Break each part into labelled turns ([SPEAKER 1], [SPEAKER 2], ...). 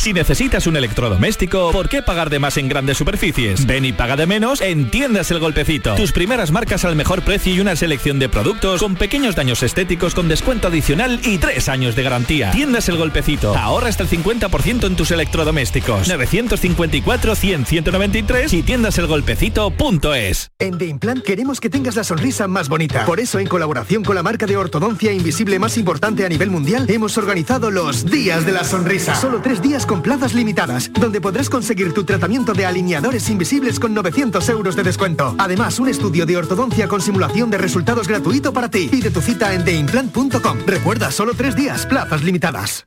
[SPEAKER 1] Si necesitas un electrodoméstico, ¿por qué pagar de más en grandes superficies? Ven y paga de menos en Tiendas El Golpecito. Tus primeras marcas al mejor precio y una selección de productos con pequeños daños estéticos con descuento adicional y tres años de garantía. Tiendas El Golpecito. Ahorra hasta el 50% en tus electrodomésticos. 954-100-193 y tiendaselgolpecito.es.
[SPEAKER 2] En The Implant queremos que tengas la sonrisa más bonita. Por eso, en colaboración con la marca de ortodoncia invisible más importante a nivel mundial, hemos organizado los Días de la Sonrisa. Solo tres días con plazas limitadas, donde podrás conseguir tu tratamiento de alineadores invisibles con 900 euros de descuento. Además, un estudio de ortodoncia con simulación de resultados gratuito para ti. Pide tu cita en theimplant.com. Recuerda, solo tres días, plazas limitadas.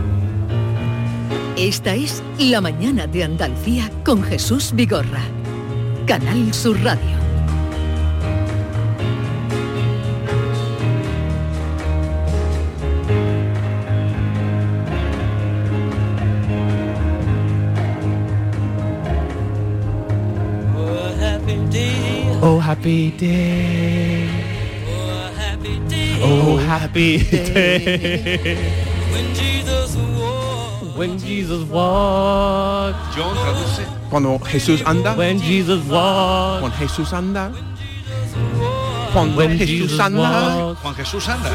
[SPEAKER 3] Esta es La Mañana de Andalucía con Jesús Vigorra. Canal Sur Radio.
[SPEAKER 4] Oh, happy day.
[SPEAKER 5] Oh happy day.
[SPEAKER 4] Oh,
[SPEAKER 5] Oh
[SPEAKER 4] happy
[SPEAKER 5] happy
[SPEAKER 4] day.
[SPEAKER 5] day.
[SPEAKER 4] When Jesus walked.
[SPEAKER 5] When Jesus walked.
[SPEAKER 6] John traduce. Cuando Jesús anda.
[SPEAKER 5] When Jesus walked.
[SPEAKER 6] Cuando Jesús anda. Cuando
[SPEAKER 5] When
[SPEAKER 6] Jesús
[SPEAKER 5] Jesus
[SPEAKER 6] anda.
[SPEAKER 5] walked.
[SPEAKER 6] Cuando Jesús anda.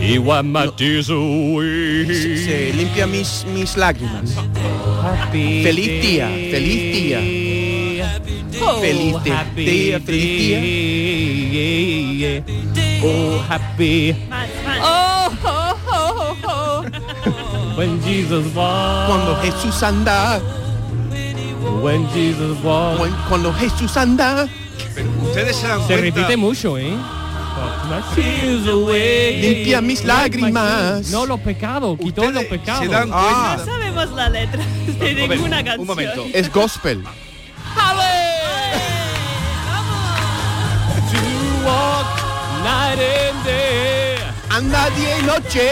[SPEAKER 5] He wiped my tears away.
[SPEAKER 6] Se, se limpia mis, mis lágrimas.
[SPEAKER 5] Happy
[SPEAKER 6] Feliz día,
[SPEAKER 5] day.
[SPEAKER 6] feliz día.
[SPEAKER 5] Oh,
[SPEAKER 6] Feliz de-
[SPEAKER 5] happy
[SPEAKER 6] día, feliz día.
[SPEAKER 5] day. Oh happy
[SPEAKER 4] Oh, oh, oh, oh.
[SPEAKER 5] when Jesus walked.
[SPEAKER 6] Cuando Jesús anda.
[SPEAKER 5] When Jesus walked.
[SPEAKER 6] Cuan- Cuando Jesús anda.
[SPEAKER 7] Ustedes se dan
[SPEAKER 5] Se
[SPEAKER 7] cuenta.
[SPEAKER 5] repite mucho, ¿eh?
[SPEAKER 6] Limpia mis lágrimas.
[SPEAKER 5] No, los pecados, quitó los pecados.
[SPEAKER 7] se dan
[SPEAKER 6] Ah.
[SPEAKER 8] No sabemos la letra de
[SPEAKER 7] momento,
[SPEAKER 8] ninguna
[SPEAKER 7] un
[SPEAKER 8] canción.
[SPEAKER 7] momento.
[SPEAKER 6] Es gospel.
[SPEAKER 5] To walk night and day.
[SPEAKER 6] Anda día y noche.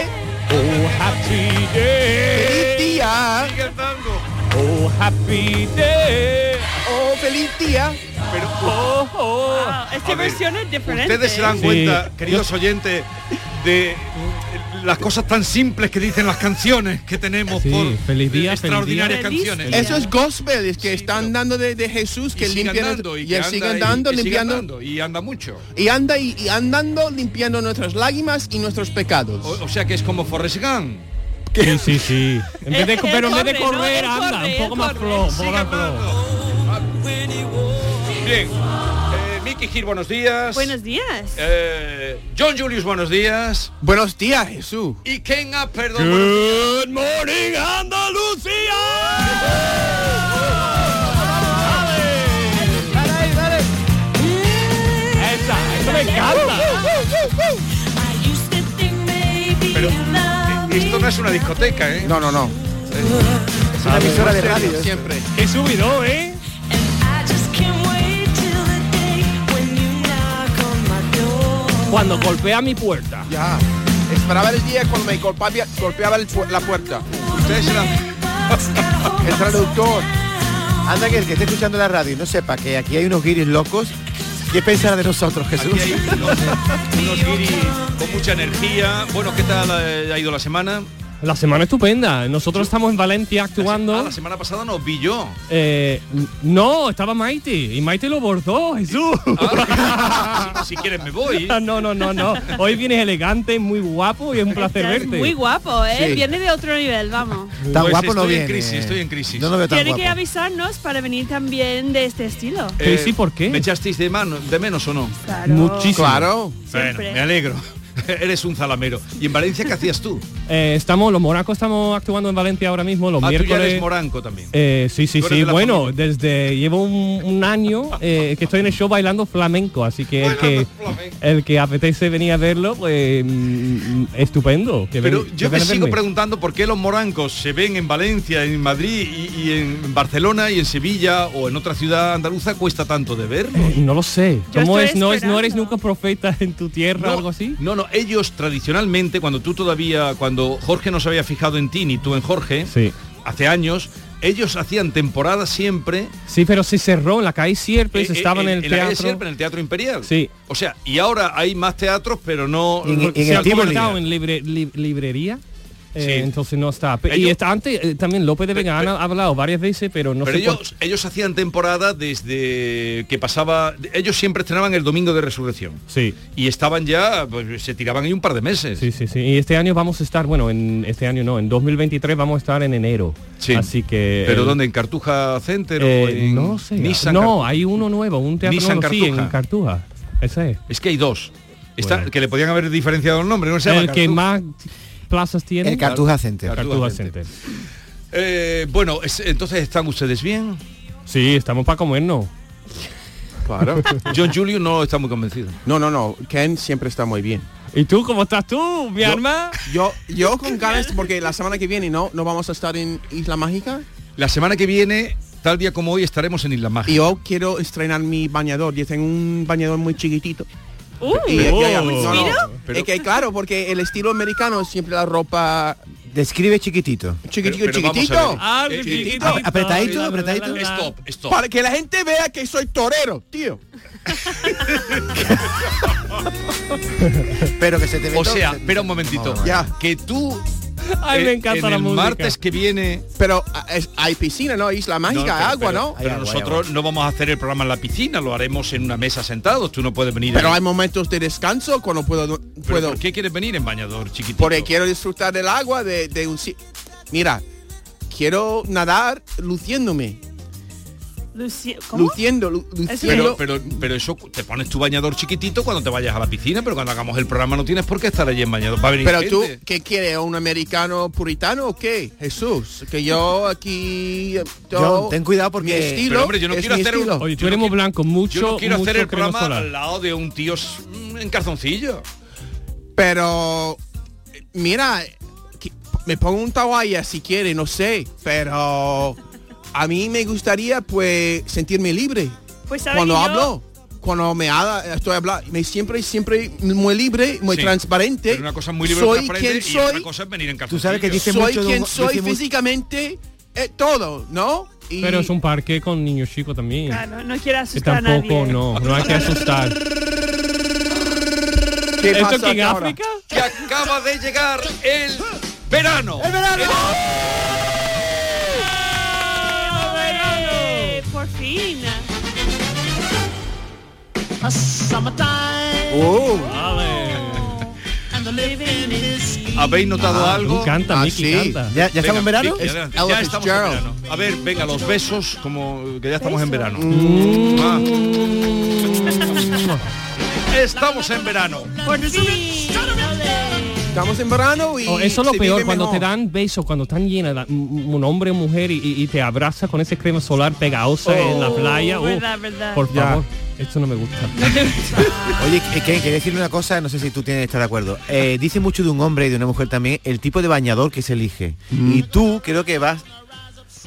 [SPEAKER 5] Oh, happy
[SPEAKER 6] Feliz
[SPEAKER 5] day.
[SPEAKER 6] día.
[SPEAKER 7] Sigue el tango.
[SPEAKER 5] Oh, happy day.
[SPEAKER 6] Oh, feliz día.
[SPEAKER 7] Pero
[SPEAKER 5] Oh, oh.
[SPEAKER 8] Wow, esta
[SPEAKER 7] A ver,
[SPEAKER 8] versión es diferente.
[SPEAKER 7] ustedes se dan
[SPEAKER 5] Sí.
[SPEAKER 7] cuenta, queridos oyentes, de mm, las cosas tan simples que dicen las canciones que tenemos
[SPEAKER 5] Sí,
[SPEAKER 7] por
[SPEAKER 5] feliz
[SPEAKER 7] eh,
[SPEAKER 5] día, feliz día.
[SPEAKER 7] extraordinarias
[SPEAKER 8] Feliz
[SPEAKER 7] canciones.
[SPEAKER 8] día.
[SPEAKER 6] Eso es gospel, es que están dando de, de Jesús que
[SPEAKER 7] Y sigue
[SPEAKER 6] limpia
[SPEAKER 7] andando,
[SPEAKER 6] nuestro-
[SPEAKER 7] y
[SPEAKER 6] y
[SPEAKER 7] que
[SPEAKER 6] él
[SPEAKER 7] anda,
[SPEAKER 6] sigue
[SPEAKER 7] y
[SPEAKER 6] andando,
[SPEAKER 7] que sigue
[SPEAKER 6] limpiando
[SPEAKER 7] andando, y anda mucho.
[SPEAKER 6] y anda y, y andando limpiando nuestras lágrimas y nuestros pecados.
[SPEAKER 7] O, o sea que es como Forrest Gump.
[SPEAKER 5] Sí, sí, sí. En vez de,
[SPEAKER 8] Él
[SPEAKER 5] pero en vez de
[SPEAKER 8] corre, ¿no?
[SPEAKER 5] correr,
[SPEAKER 8] Él
[SPEAKER 5] anda.
[SPEAKER 8] corre,
[SPEAKER 5] Un poco
[SPEAKER 8] él
[SPEAKER 5] más
[SPEAKER 8] corre.
[SPEAKER 5] flojo, un
[SPEAKER 7] Sigue
[SPEAKER 5] poco más flojo.
[SPEAKER 7] andando. Bien. Eh, Miki Gil, buenos días.
[SPEAKER 8] Buenos días.
[SPEAKER 7] Eh, John Julius, buenos días.
[SPEAKER 6] Buenos días, Jesús.
[SPEAKER 7] Y Ken Up, perdón. buenos días.
[SPEAKER 5] Good morning, Andalucía. Esa, eso me encanta.
[SPEAKER 7] Pero eh, esto no es una discoteca, ¿eh?
[SPEAKER 6] No, no, no.
[SPEAKER 9] Ah,
[SPEAKER 7] es una emisora de radio. Siempre.
[SPEAKER 5] Qué Ah, subido, ¿eh?
[SPEAKER 10] I just can't wait
[SPEAKER 9] cuando golpea mi puerta.
[SPEAKER 6] Ya. Esperaba el día cuando me golpeaba, golpeaba el fu- la puerta. el traductor.
[SPEAKER 10] Anda que el que esté escuchando la radio y no sepa que aquí hay unos guiris locos, ¿qué pensará de nosotros, Jesús?
[SPEAKER 7] Aquí hay unos, unos guiris con mucha energía. Bueno, ¿qué tal eh, ha ido la semana?
[SPEAKER 9] La semana estupenda. Nosotros estamos en Valencia actuando.
[SPEAKER 7] Ah, la semana pasada nos vi yo.
[SPEAKER 9] Eh, n- no, estaba Mighty y Mighty lo bordó, Jesús.
[SPEAKER 7] Ah. Si quieres me voy.
[SPEAKER 9] no, no, no, no. Hoy vienes elegante, muy guapo y es un placer
[SPEAKER 8] Estás
[SPEAKER 9] verte.
[SPEAKER 8] muy guapo, ¿eh?
[SPEAKER 9] Sí.
[SPEAKER 8] Viene de otro nivel, vamos.
[SPEAKER 9] Está
[SPEAKER 7] Pues
[SPEAKER 9] guapo, no
[SPEAKER 7] estoy en
[SPEAKER 9] viene.
[SPEAKER 7] crisis, estoy en crisis.
[SPEAKER 9] No lo veo tan
[SPEAKER 8] Tiene que avisarnos para venir también de este estilo.
[SPEAKER 7] sí, ¿por qué? Eh, ¿Me echasteis de, mano, de menos o no?
[SPEAKER 8] Claro. Muchísimo.
[SPEAKER 7] Claro. Bueno,
[SPEAKER 8] Siempre.
[SPEAKER 7] me alegro. Eres un zalamero. ¿Y en Valencia qué hacías tú?
[SPEAKER 9] Eh, estamos, los moracos estamos actuando en Valencia ahora mismo, los
[SPEAKER 7] Ah, tú ya
[SPEAKER 9] miércoles.
[SPEAKER 7] eres moranco también.
[SPEAKER 9] Eh, sí, sí,
[SPEAKER 7] Tú eres
[SPEAKER 9] sí.
[SPEAKER 7] de la
[SPEAKER 9] Bueno, desde llevo un, un año eh, que estoy en el show bailando flamenco, así que el que el que apetece venir a verlo, pues mm, estupendo. que
[SPEAKER 7] Pero
[SPEAKER 9] ven-
[SPEAKER 7] yo
[SPEAKER 9] que
[SPEAKER 7] me
[SPEAKER 9] ven a
[SPEAKER 7] sigo
[SPEAKER 9] verme.
[SPEAKER 7] preguntando por qué los morancos se ven en Valencia, en Madrid y, y en Barcelona y en Sevilla o en otra ciudad andaluza cuesta tanto de ver.
[SPEAKER 9] Eh, no lo sé.
[SPEAKER 7] Yo
[SPEAKER 9] ¿Cómo
[SPEAKER 7] estoy
[SPEAKER 9] es? No es, no eres nunca profeta en tu tierra o algo así.
[SPEAKER 7] No, no, ellos tradicionalmente, cuando tú todavía, cuando Jorge no se había fijado en ti ni tú en Jorge, hace años, ellos hacían temporadas siempre
[SPEAKER 9] Sí, pero se cerró en la calle Sierpes,
[SPEAKER 7] eh,
[SPEAKER 9] estaba Pues en, el
[SPEAKER 7] la calle
[SPEAKER 9] teatro.
[SPEAKER 7] Sierpe, en el Teatro Imperial.
[SPEAKER 9] Sí.
[SPEAKER 7] O sea, y ahora hay más teatros, pero no...
[SPEAKER 9] se ha convertido en libre- li- librería. eh,
[SPEAKER 7] Sí.
[SPEAKER 9] Entonces no está.
[SPEAKER 7] Pero
[SPEAKER 9] y
[SPEAKER 7] yo-
[SPEAKER 9] está antes, eh, también López de Vega ha hablado varias veces, pero no
[SPEAKER 7] pero
[SPEAKER 9] sé cuán-
[SPEAKER 7] ellos, ellos hacían temporada desde que pasaba... Ellos siempre estrenaban el Domingo de Resurrección.
[SPEAKER 9] Sí.
[SPEAKER 7] Y estaban ya, pues, se tiraban ahí un par de meses.
[SPEAKER 9] Sí, sí, sí. Y este año vamos a estar, bueno, en este año no, en 2023 vamos a estar en enero.
[SPEAKER 7] Sí.
[SPEAKER 9] Así que.
[SPEAKER 7] ¿Pero
[SPEAKER 9] eh,
[SPEAKER 7] dónde? ¿En Cartuja Center o
[SPEAKER 9] eh,
[SPEAKER 7] en
[SPEAKER 9] no sé.
[SPEAKER 7] Nissan
[SPEAKER 9] no,
[SPEAKER 7] Cartuja?
[SPEAKER 9] hay uno nuevo, un teatro
[SPEAKER 7] Nissan
[SPEAKER 9] nuevo, sí,
[SPEAKER 7] Cartuja.
[SPEAKER 9] en Cartuja. Ese es.
[SPEAKER 7] Es que hay dos. Está, Que le podían haber diferenciado el nombre, no se llama
[SPEAKER 9] el que
[SPEAKER 7] Cartuja.
[SPEAKER 9] más plazas tiene.
[SPEAKER 7] El Cartuja Center.
[SPEAKER 9] Cartuja
[SPEAKER 7] Cartuja
[SPEAKER 9] Center.
[SPEAKER 7] Eh, bueno, es- entonces están ustedes bien.
[SPEAKER 9] Sí, estamos para comernos.
[SPEAKER 7] Claro. John Julio no está muy convencido.
[SPEAKER 6] No, no, no. Ken siempre está muy bien.
[SPEAKER 9] ¿Y tú cómo estás tú, mi arma?
[SPEAKER 6] Yo, yo con ganas porque la semana que viene no, no vamos a estar en Isla Mágica.
[SPEAKER 7] La semana que viene, tal día como hoy, estaremos en Isla Mágica.
[SPEAKER 6] Y yo quiero estrenar mi bañador. Yo tengo un bañador muy chiquitito. Y- y-
[SPEAKER 10] Oh.
[SPEAKER 6] y- no, no. Es que claro, porque el estilo americano es siempre la ropa
[SPEAKER 10] Describe chiquitito.
[SPEAKER 6] chiquitito, Ah, chiquitito.
[SPEAKER 7] Ah,
[SPEAKER 10] Ap- Apretadito, apretadito.
[SPEAKER 7] Stop, stop.
[SPEAKER 6] Para que la gente vea que soy torero, tío.
[SPEAKER 10] Pero que se te ve
[SPEAKER 7] O
[SPEAKER 10] todo,
[SPEAKER 7] sea,
[SPEAKER 10] se-
[SPEAKER 7] espera un momentito.
[SPEAKER 6] Ya.
[SPEAKER 7] Que tú.
[SPEAKER 6] Ay, me encanta
[SPEAKER 7] en
[SPEAKER 6] la
[SPEAKER 7] el
[SPEAKER 6] música.
[SPEAKER 7] martes que viene.
[SPEAKER 6] Pero ah, es- hay piscina, ¿no? Isla Mágica,
[SPEAKER 7] No, pero-
[SPEAKER 6] agua,
[SPEAKER 7] pero-
[SPEAKER 6] ¿no?
[SPEAKER 7] Pero nosotros no vamos a hacer el programa en la piscina, lo haremos en una mesa sentados. Tú no puedes venir.
[SPEAKER 6] Pero
[SPEAKER 7] ahí.
[SPEAKER 6] hay momentos de descanso cuando puedo...
[SPEAKER 7] Pero
[SPEAKER 6] puedo
[SPEAKER 7] ¿Por qué quieres venir en bañador, chiquitito?
[SPEAKER 6] porque quiero disfrutar del agua de, de un sitio. Mira, quiero nadar luciéndome.
[SPEAKER 8] Luci- ¿Cómo?
[SPEAKER 6] Luciendo, lu-
[SPEAKER 7] Pero,
[SPEAKER 6] luciendo.
[SPEAKER 7] pero, pero eso te pones tu bañador chiquitito cuando te vayas a la piscina, pero cuando hagamos el programa no tienes por qué estar allí en bañador. Va a venir
[SPEAKER 6] Pero tú,
[SPEAKER 7] gente.
[SPEAKER 6] ¿qué quieres? ¿Un americano puritano o qué? Jesús, que yo aquí... eh, Yo,
[SPEAKER 10] John, ten cuidado porque-
[SPEAKER 6] Mi estilo
[SPEAKER 7] Pero, hombre, yo no
[SPEAKER 6] es
[SPEAKER 7] quiero
[SPEAKER 6] mi
[SPEAKER 7] hacer un-
[SPEAKER 6] estilo.
[SPEAKER 9] Oye, tú eres muy blanco, mucho.
[SPEAKER 7] Yo no quiero
[SPEAKER 9] mucho
[SPEAKER 7] hacer el
[SPEAKER 9] crema
[SPEAKER 7] programa
[SPEAKER 9] solar.
[SPEAKER 7] al lado de un tío s- en calzoncillo.
[SPEAKER 6] Pero, eh, mira, que- me pongo un tawaya si quiere, no sé, pero a mí me gustaría pues sentirme libre.
[SPEAKER 8] Pues ¿sabe
[SPEAKER 6] Cuando
[SPEAKER 8] que yo-
[SPEAKER 6] hablo, cuando me haga, estoy hablando, me siempre, siempre muy libre, muy
[SPEAKER 7] Sí.
[SPEAKER 6] transparente.
[SPEAKER 7] Pero una cosa es muy libre
[SPEAKER 6] soy
[SPEAKER 7] transparente
[SPEAKER 6] quien
[SPEAKER 7] y
[SPEAKER 6] soy,
[SPEAKER 7] otra cosa es venir en calzoncillo.
[SPEAKER 10] Tú sabes que dice
[SPEAKER 6] soy
[SPEAKER 10] mucho de un-
[SPEAKER 6] quien soy
[SPEAKER 10] dice mu-
[SPEAKER 6] físicamente, eh, todo, ¿no? Y-
[SPEAKER 9] Pero es un parque con niños chicos también.
[SPEAKER 8] Claro, Ah, no quiero
[SPEAKER 9] Que
[SPEAKER 8] asustar a
[SPEAKER 9] tampoco,
[SPEAKER 8] nadie.
[SPEAKER 9] no, no hay que asustar.
[SPEAKER 6] ¿Qué
[SPEAKER 9] ¿Esto
[SPEAKER 6] pasa
[SPEAKER 9] aquí en
[SPEAKER 6] ahora?
[SPEAKER 9] África?
[SPEAKER 7] Que acaba de llegar el verano.
[SPEAKER 6] ¡El verano!
[SPEAKER 8] Eh, Por fin.
[SPEAKER 6] Oh.
[SPEAKER 7] ¿Habéis notado
[SPEAKER 10] Ah,
[SPEAKER 7] algo?
[SPEAKER 10] canta, Mickey, canta. ¿Ya- ya estamos en verano?
[SPEAKER 7] Mickey,
[SPEAKER 10] Es
[SPEAKER 7] adelante.
[SPEAKER 10] Ella
[SPEAKER 7] ya estamos en
[SPEAKER 10] Fitzgerald.
[SPEAKER 7] verano. A ver, venga, los besos, como que ya estamos en verano. Mm. Ah. Estamos en verano.
[SPEAKER 8] Por fin.
[SPEAKER 6] Estamos en verano y...
[SPEAKER 9] Oh, eso es lo
[SPEAKER 6] se
[SPEAKER 9] peor,
[SPEAKER 6] vive
[SPEAKER 9] cuando
[SPEAKER 6] mejor.
[SPEAKER 9] te dan besos, cuando están llenas, la- un un hombre o mujer y, y te abraza con ese crema solar pegajosa en la
[SPEAKER 8] Oh,
[SPEAKER 9] playa. oh,
[SPEAKER 8] verdad, verdad.
[SPEAKER 9] Por
[SPEAKER 10] Ya.
[SPEAKER 9] favor, esto no me gusta.
[SPEAKER 10] Oye, Ken, quería decirle una cosa, no sé si tú tienes estar de acuerdo. Eh, dice mucho de un hombre y de una mujer también el tipo de bañador que se elige. Y tú creo que vas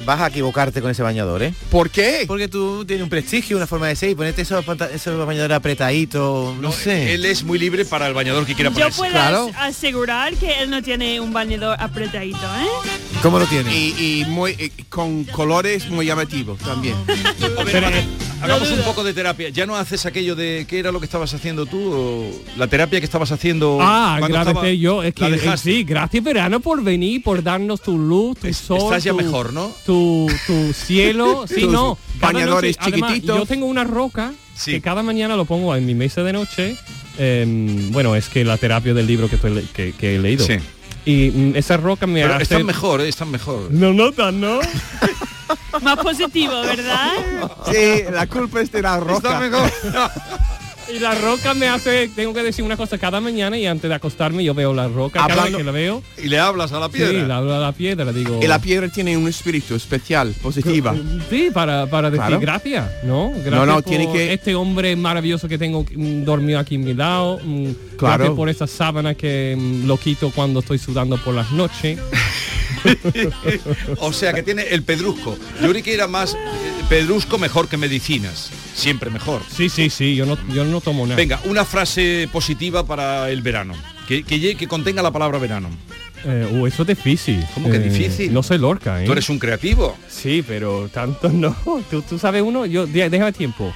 [SPEAKER 10] Vas a equivocarte con ese bañador, ¿eh?
[SPEAKER 6] ¿Por qué?
[SPEAKER 10] Porque tú tienes un prestigio, una forma de ser y ponerte esos, panta- esos bañadores apretaditos, no, sé.
[SPEAKER 7] Él es muy libre para el bañador que quiera
[SPEAKER 8] Yo
[SPEAKER 7] ponerse.
[SPEAKER 8] puedo as- asegurar que él no tiene un bañador apretadito, ¿eh?
[SPEAKER 10] ¿Cómo lo tiene?
[SPEAKER 6] Y, y muy, y con colores muy llamativos también.
[SPEAKER 7] Hagamos un poco de terapia. ¿Ya no haces aquello de qué era lo que estabas haciendo tú? o la terapia que estabas haciendo.
[SPEAKER 9] Ah,
[SPEAKER 7] cuando
[SPEAKER 9] agradecer
[SPEAKER 7] Oh, estaba-
[SPEAKER 9] yo. Es que
[SPEAKER 7] la
[SPEAKER 9] eh,
[SPEAKER 7] dejaste.
[SPEAKER 9] sí, gracias verano por venir, por darnos tu luz, tu sol.
[SPEAKER 7] estás ya
[SPEAKER 9] tu-
[SPEAKER 7] mejor, ¿no?
[SPEAKER 9] Tu, tu cielo. sí,
[SPEAKER 7] Tus
[SPEAKER 9] no. cada
[SPEAKER 7] bañadores
[SPEAKER 9] noche- además,
[SPEAKER 7] chiquititos.
[SPEAKER 9] yo tengo una roca que cada mañana lo pongo en mi mesa de noche. Em, bueno, es que la terapia del libro que, estoy le- que, que he leído.
[SPEAKER 7] Sí.
[SPEAKER 9] Y mm, esa roca me
[SPEAKER 7] Pero
[SPEAKER 9] hace...
[SPEAKER 7] están mejor, eh, están mejor.
[SPEAKER 9] No notas, ¿no?
[SPEAKER 8] Más positivo, ¿verdad?
[SPEAKER 6] Sí, la culpa es de la roca.
[SPEAKER 9] Y la roca me hace, tengo que decir una cosa, cada mañana y antes de acostarme yo veo la roca, cada vez
[SPEAKER 6] Hablando-
[SPEAKER 9] que la veo.
[SPEAKER 7] Y le hablas a la
[SPEAKER 9] Sí, le hablo a la piedra, digo.
[SPEAKER 6] Y la piedra tiene un espíritu especial, positiva.
[SPEAKER 9] Sí, para, para decir
[SPEAKER 6] Claro.
[SPEAKER 9] gracias, ¿no? Gracias
[SPEAKER 6] No, no,
[SPEAKER 9] por
[SPEAKER 6] tiene que-
[SPEAKER 9] este hombre maravilloso que tengo mm, dormido aquí a mi lado. mm,
[SPEAKER 6] Claro.
[SPEAKER 9] Gracias por esa sábana que mm, lo quito cuando estoy sudando por las noches.
[SPEAKER 7] o sea que tiene el pedrusco. Yo creo que era más eh, pedrusco mejor que medicinas. Siempre mejor.
[SPEAKER 9] Sí, sí, sí, yo no, yo no tomo nada.
[SPEAKER 7] Venga, una frase positiva para el verano. Que, que, lle- que contenga la palabra verano.
[SPEAKER 9] Eh, uh, eso es difícil.
[SPEAKER 7] ¿Cómo que
[SPEAKER 9] Eh,
[SPEAKER 7] difícil?
[SPEAKER 9] No soy Lorca, ¿eh?
[SPEAKER 7] Tú eres un creativo.
[SPEAKER 9] Sí, pero tanto no. Tú, tú sabes uno, yo dé- déjame tiempo.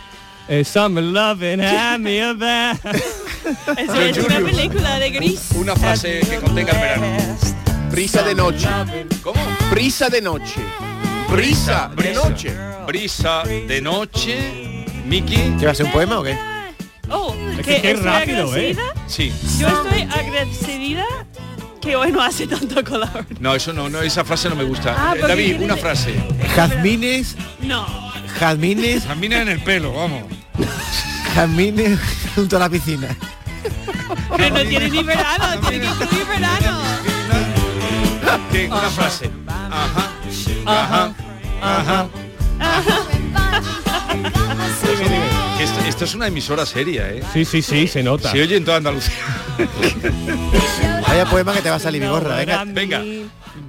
[SPEAKER 9] Eh, Summer loving had me a bad.
[SPEAKER 8] Eso es una película de gris.
[SPEAKER 7] Una frase que contenga el verano.
[SPEAKER 6] Prisa de noche.
[SPEAKER 7] ¿Cómo?
[SPEAKER 6] Prisa de noche. Prisa de noche.
[SPEAKER 7] Brisa de noche. Miki.
[SPEAKER 10] ¿Qué va a ser un poema o qué?
[SPEAKER 8] Oh,
[SPEAKER 7] Es
[SPEAKER 8] que
[SPEAKER 7] que qué
[SPEAKER 8] estoy
[SPEAKER 7] rápido, ¿eh?
[SPEAKER 8] agradecida.
[SPEAKER 7] Sí.
[SPEAKER 8] Yo estoy agradecida que hoy no hace tanto calor.
[SPEAKER 7] No, eso no, no, esa frase no me gusta.
[SPEAKER 8] Ah,
[SPEAKER 7] Eh,
[SPEAKER 8] porque
[SPEAKER 7] David,
[SPEAKER 8] quiere
[SPEAKER 7] una
[SPEAKER 8] de-
[SPEAKER 7] frase.
[SPEAKER 10] Jazmines,
[SPEAKER 8] No.
[SPEAKER 10] jazmines,
[SPEAKER 7] Jazmines en el pelo, vamos.
[SPEAKER 10] jazmines junto a la piscina.
[SPEAKER 8] Pero no tiene ni verano, tiene que incluir verano.
[SPEAKER 7] ¿Qué? Una frase. Ajá. Ajá. Ajá. Que Esto, esto es una emisora seria, ¿eh?
[SPEAKER 9] Sí, sí, sí, se nota.
[SPEAKER 7] Se oye en toda Andalucía.
[SPEAKER 10] Vaya poema que te va a salir, Bigorra, venga.
[SPEAKER 7] Venga.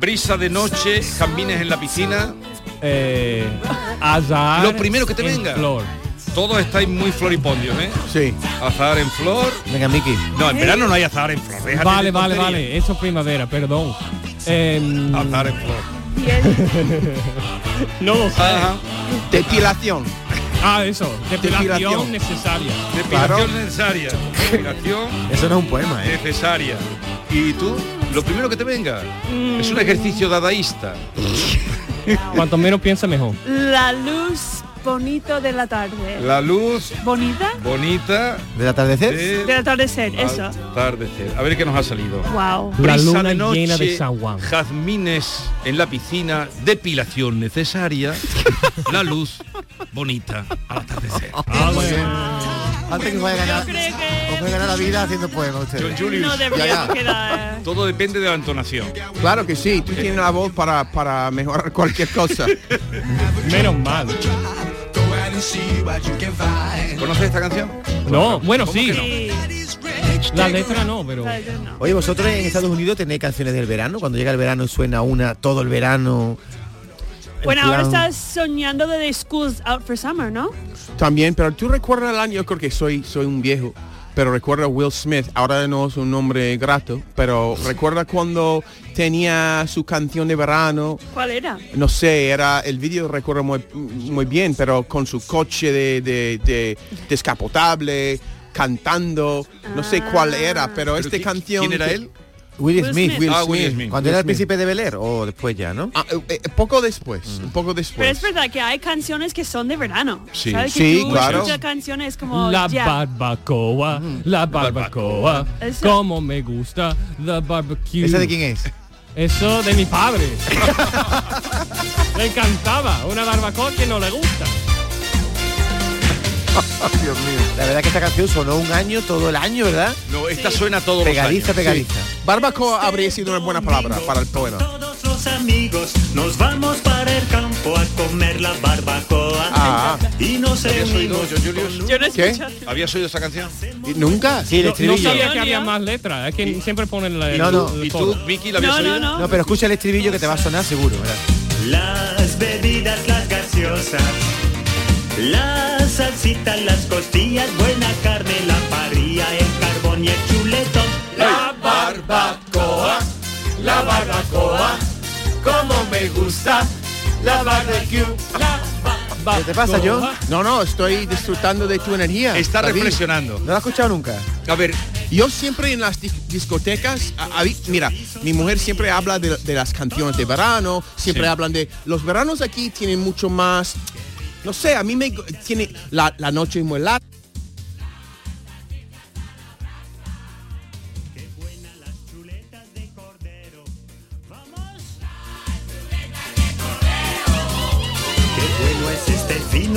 [SPEAKER 7] Brisa de noche, jazmines en la piscina.
[SPEAKER 9] Eh, azahar
[SPEAKER 7] Lo primero que te
[SPEAKER 9] en
[SPEAKER 7] venga.
[SPEAKER 9] flor.
[SPEAKER 7] Todos estáis muy floripondios, ¿eh?
[SPEAKER 6] Sí.
[SPEAKER 7] Azahar en flor.
[SPEAKER 10] Venga, Miki.
[SPEAKER 7] No, en verano no hay azahar en flor. déjate
[SPEAKER 9] Vale,
[SPEAKER 7] de
[SPEAKER 9] vale,
[SPEAKER 7] tonterías.
[SPEAKER 9] vale. Eso es primavera, perdón. Em,
[SPEAKER 7] Azahar en flor.
[SPEAKER 9] no lo sé.
[SPEAKER 6] Destilación.
[SPEAKER 9] Ah, eso. Depilación
[SPEAKER 6] Depilación.
[SPEAKER 9] necesaria.
[SPEAKER 7] Depilación necesaria. Depilación
[SPEAKER 10] Eso no es un poema, ¿eh?
[SPEAKER 7] necesaria. Y tú, lo primero que te venga. Es un ejercicio dadaísta.
[SPEAKER 9] Cuanto menos piensa mejor.
[SPEAKER 8] Mm. La luz bonito de la tarde.
[SPEAKER 7] La luz
[SPEAKER 8] ¿Bonita?
[SPEAKER 7] bonita
[SPEAKER 10] ¿Del atardecer?
[SPEAKER 7] del
[SPEAKER 8] Del atardecer, eso.
[SPEAKER 7] atardecer. A ver qué nos ha salido.
[SPEAKER 8] Wow.
[SPEAKER 9] La
[SPEAKER 7] Brisa
[SPEAKER 9] luna
[SPEAKER 7] de noche,
[SPEAKER 9] llena de zaguán.
[SPEAKER 7] Jazmines en la piscina, depilación necesaria, la luz bonita al atardecer.
[SPEAKER 10] Antes que vaya a ganar, os vais a ganar la vida haciendo poemas ustedes.
[SPEAKER 8] No debería
[SPEAKER 9] eh.
[SPEAKER 8] quedar.
[SPEAKER 7] Todo depende de la entonación.
[SPEAKER 6] Claro que sí, tú tienes la voz para, para mejorar cualquier cosa.
[SPEAKER 9] Menos mal.
[SPEAKER 7] ¿Conoces esta canción?
[SPEAKER 9] No, bueno, sí.
[SPEAKER 8] Sí.
[SPEAKER 9] La letra no, pero...
[SPEAKER 10] Oye, vosotros en Estados Unidos tenéis canciones del verano. Cuando llega el verano suena una todo el verano. En
[SPEAKER 8] Bueno, ahora
[SPEAKER 10] plan-
[SPEAKER 8] estás soñando de The School's Out for Summer, ¿no?
[SPEAKER 6] También, pero tú recuerdas el año, yo creo que soy, soy un viejo, pero recuerda a Will Smith, ahora no es un nombre grato, pero recuerda cuando tenía su canción de verano,
[SPEAKER 8] ¿Cuál era?
[SPEAKER 6] no sé, era el vídeo recuerdo muy, muy bien, pero con su coche de, de- de- descapotable, cantando, no sé cuál era, pero,
[SPEAKER 7] ¿Pero
[SPEAKER 6] esta
[SPEAKER 7] qui-
[SPEAKER 6] canción...
[SPEAKER 7] quién era
[SPEAKER 6] que-
[SPEAKER 7] él?
[SPEAKER 10] Will
[SPEAKER 6] Will
[SPEAKER 10] Smith.
[SPEAKER 6] Smith.
[SPEAKER 10] Will
[SPEAKER 6] Ah,
[SPEAKER 10] Smith.
[SPEAKER 6] Will Smith,
[SPEAKER 10] Cuando
[SPEAKER 6] Will
[SPEAKER 10] era el
[SPEAKER 6] Smith.
[SPEAKER 10] príncipe de Bel Air o después ya, ¿no? Mm.
[SPEAKER 6] Ah, eh, eh, poco después, un poco
[SPEAKER 8] Pero
[SPEAKER 6] después.
[SPEAKER 8] es verdad que hay canciones que son de verano.
[SPEAKER 6] Pues Sí.
[SPEAKER 8] ¿sabes? Que
[SPEAKER 6] Sí,
[SPEAKER 8] tú
[SPEAKER 6] claro.
[SPEAKER 8] escuchas canciones como
[SPEAKER 9] La
[SPEAKER 8] ya.
[SPEAKER 9] barbacoa, la barbacoa,
[SPEAKER 8] Eso-
[SPEAKER 9] como me gusta, la barbecue.
[SPEAKER 10] ¿Esa de quién es?
[SPEAKER 9] Eso de mi padre. le encantaba una barbacoa que no le gusta.
[SPEAKER 10] Dios mío. La verdad que esta canción sonó un año, todo el año, ¿verdad?
[SPEAKER 7] ¿Ah? No, esta suena todos
[SPEAKER 10] Pegadiza,
[SPEAKER 7] los años.
[SPEAKER 10] pegadiza.
[SPEAKER 6] Barbacoa habría sido una buena palabra para el poema.
[SPEAKER 11] Todos los amigos nos vamos para el campo a comer la barbacoa.
[SPEAKER 6] Ah.
[SPEAKER 11] Y nos
[SPEAKER 7] ¿Habías oído,
[SPEAKER 11] reunimos.
[SPEAKER 7] John Julius?
[SPEAKER 8] Yo no
[SPEAKER 6] ¿Qué?
[SPEAKER 8] escucho.
[SPEAKER 7] ¿Habías oído esta canción?
[SPEAKER 6] ¿Y ¿Nunca?
[SPEAKER 10] Sí, el
[SPEAKER 9] No- No,
[SPEAKER 10] estribillo.
[SPEAKER 9] sabía que había más letras, es que siempre ponen la
[SPEAKER 10] No, no.
[SPEAKER 9] el
[SPEAKER 7] ¿Y Eh, tú,
[SPEAKER 9] coro.
[SPEAKER 7] Vicky, la habías
[SPEAKER 8] No, no,
[SPEAKER 7] oído?
[SPEAKER 8] no.
[SPEAKER 10] No, pero escucha el estribillo que te va a sonar seguro, ¿verdad?
[SPEAKER 11] las bebidas, las gaseosas, las salsitas, las costillas, buena carne, la parrilla, el carbón y el chuletón. La barbacoa, la barbacoa, como me gusta, la barbecue, la
[SPEAKER 6] ¿Qué te pasa, John? No, no, estoy disfrutando de tu energía.
[SPEAKER 7] Está
[SPEAKER 6] David.
[SPEAKER 7] reflexionando.
[SPEAKER 6] No la he escuchado nunca.
[SPEAKER 7] A ver,
[SPEAKER 6] yo siempre en las di- discotecas, a- a- mira, mi mujer siempre habla de, de las canciones de verano, siempre
[SPEAKER 7] Sí.
[SPEAKER 6] hablan de... Los veranos aquí tienen mucho más... No sé, a mí me... gu- Tiene la, la noche muy larga.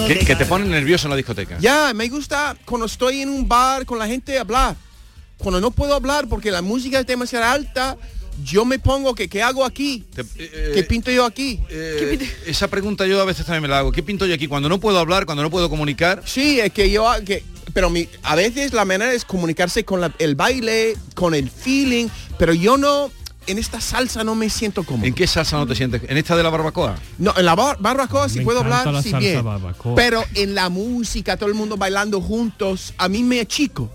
[SPEAKER 7] que, que te pone nervioso en la discoteca.
[SPEAKER 6] Ya, me gusta cuando estoy en un bar con la gente hablar. Cuando no puedo hablar porque la música es demasiado alta, yo me pongo que qué hago aquí, qué pinto yo aquí.
[SPEAKER 7] Eh, esa pregunta yo a veces también me la hago. ¿Qué pinto yo aquí? Cuando no puedo hablar, cuando no puedo comunicar.
[SPEAKER 6] Sí, es que yo, que, pero mi- a veces la manera es comunicarse con la- el baile, con el feeling, pero yo no, en esta salsa no me siento cómodo.
[SPEAKER 7] ¿En qué salsa no te sientes? ¿En esta de la barbacoa?
[SPEAKER 6] No, en la bar- barbacoa sí
[SPEAKER 7] Me
[SPEAKER 6] puedo
[SPEAKER 7] encanta
[SPEAKER 6] hablar,
[SPEAKER 7] la
[SPEAKER 6] sí
[SPEAKER 7] salsa
[SPEAKER 6] bien,
[SPEAKER 7] barbacoa.
[SPEAKER 6] pero en la música, todo el mundo bailando juntos, a mí me achico.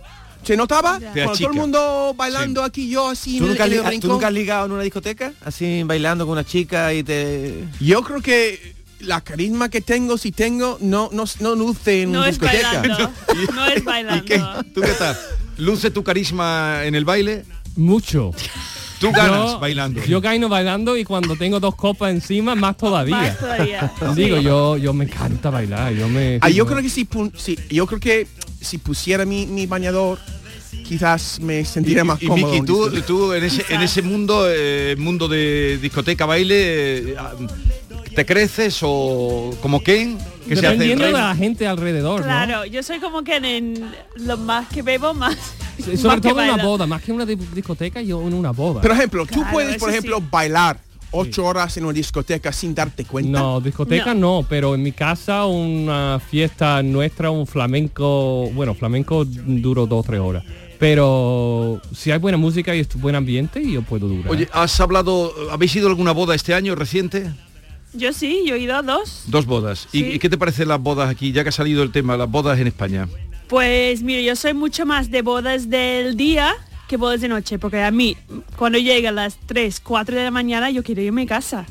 [SPEAKER 6] ¿Se notaba?
[SPEAKER 10] Te
[SPEAKER 6] Cuando todo
[SPEAKER 10] achica.
[SPEAKER 6] el mundo bailando aquí, yo así
[SPEAKER 10] ¿Tú
[SPEAKER 6] en el-
[SPEAKER 10] nunca, has
[SPEAKER 6] en
[SPEAKER 10] li-
[SPEAKER 6] el
[SPEAKER 10] ah, ¿Tú
[SPEAKER 6] rincón.
[SPEAKER 10] nunca has ligado en una discoteca? Así bailando con una chica y te...
[SPEAKER 6] Yo creo que la carisma que tengo, si tengo, no, no, no luce en
[SPEAKER 8] No es
[SPEAKER 6] discoteca.
[SPEAKER 8] bailando. No es bailando.
[SPEAKER 7] ¿Tú qué tal? ¿Luce tu carisma en el baile?
[SPEAKER 9] Mucho.
[SPEAKER 7] Tú ganas bailando.
[SPEAKER 9] Yo gaino bailando y cuando tengo dos copas encima, más todavía.
[SPEAKER 6] Más todavía.
[SPEAKER 9] Digo, yo, yo me encanta bailar. Yo me.
[SPEAKER 6] Ah, yo creo que si, pun- si- yo creo que si pusiera mi, mi bañador, quizás me sentiría más
[SPEAKER 7] y,
[SPEAKER 6] cómodo.
[SPEAKER 7] Miki, tú,
[SPEAKER 6] ¿viste?
[SPEAKER 7] tú en, ese, en ese mundo, eh, mundo de discoteca, baile, eh, ah, ¿te creces o como Ken? Que se hace el
[SPEAKER 9] Dependiendo de
[SPEAKER 7] rey?
[SPEAKER 9] la gente alrededor, ¿no?
[SPEAKER 8] Claro, yo soy como que en lo más que bebo, más.
[SPEAKER 9] Sí,
[SPEAKER 8] más
[SPEAKER 9] Eh, Sobre
[SPEAKER 8] que
[SPEAKER 9] todo en una
[SPEAKER 8] bailo.
[SPEAKER 9] boda, más que en una di- discoteca, yo en una boda.
[SPEAKER 6] Por ejemplo, tú puedes, por
[SPEAKER 9] eso
[SPEAKER 6] ejemplo, bailar ocho horas en una discoteca sin darte cuenta.
[SPEAKER 9] No, discoteca no. pero en mi casa una fiesta nuestra, un flamenco, bueno, flamenco duró dos, tres horas. Pero si hay buena música y es buen ambiente, yo puedo durar.
[SPEAKER 7] Oye, ¿has hablado, habéis ido a alguna boda este año reciente?
[SPEAKER 8] Yo sí, yo he ido a dos.
[SPEAKER 7] Dos bodas. ¿Y-
[SPEAKER 8] Sí.
[SPEAKER 7] ¿Y qué te parecen las bodas aquí, ya que ha salido el tema, las bodas en España?
[SPEAKER 8] Pues mire, yo soy mucho más de bodas del día que bodas de noche, porque a mí, cuando llega a las 3, 4 de la mañana, yo quiero irme a casa.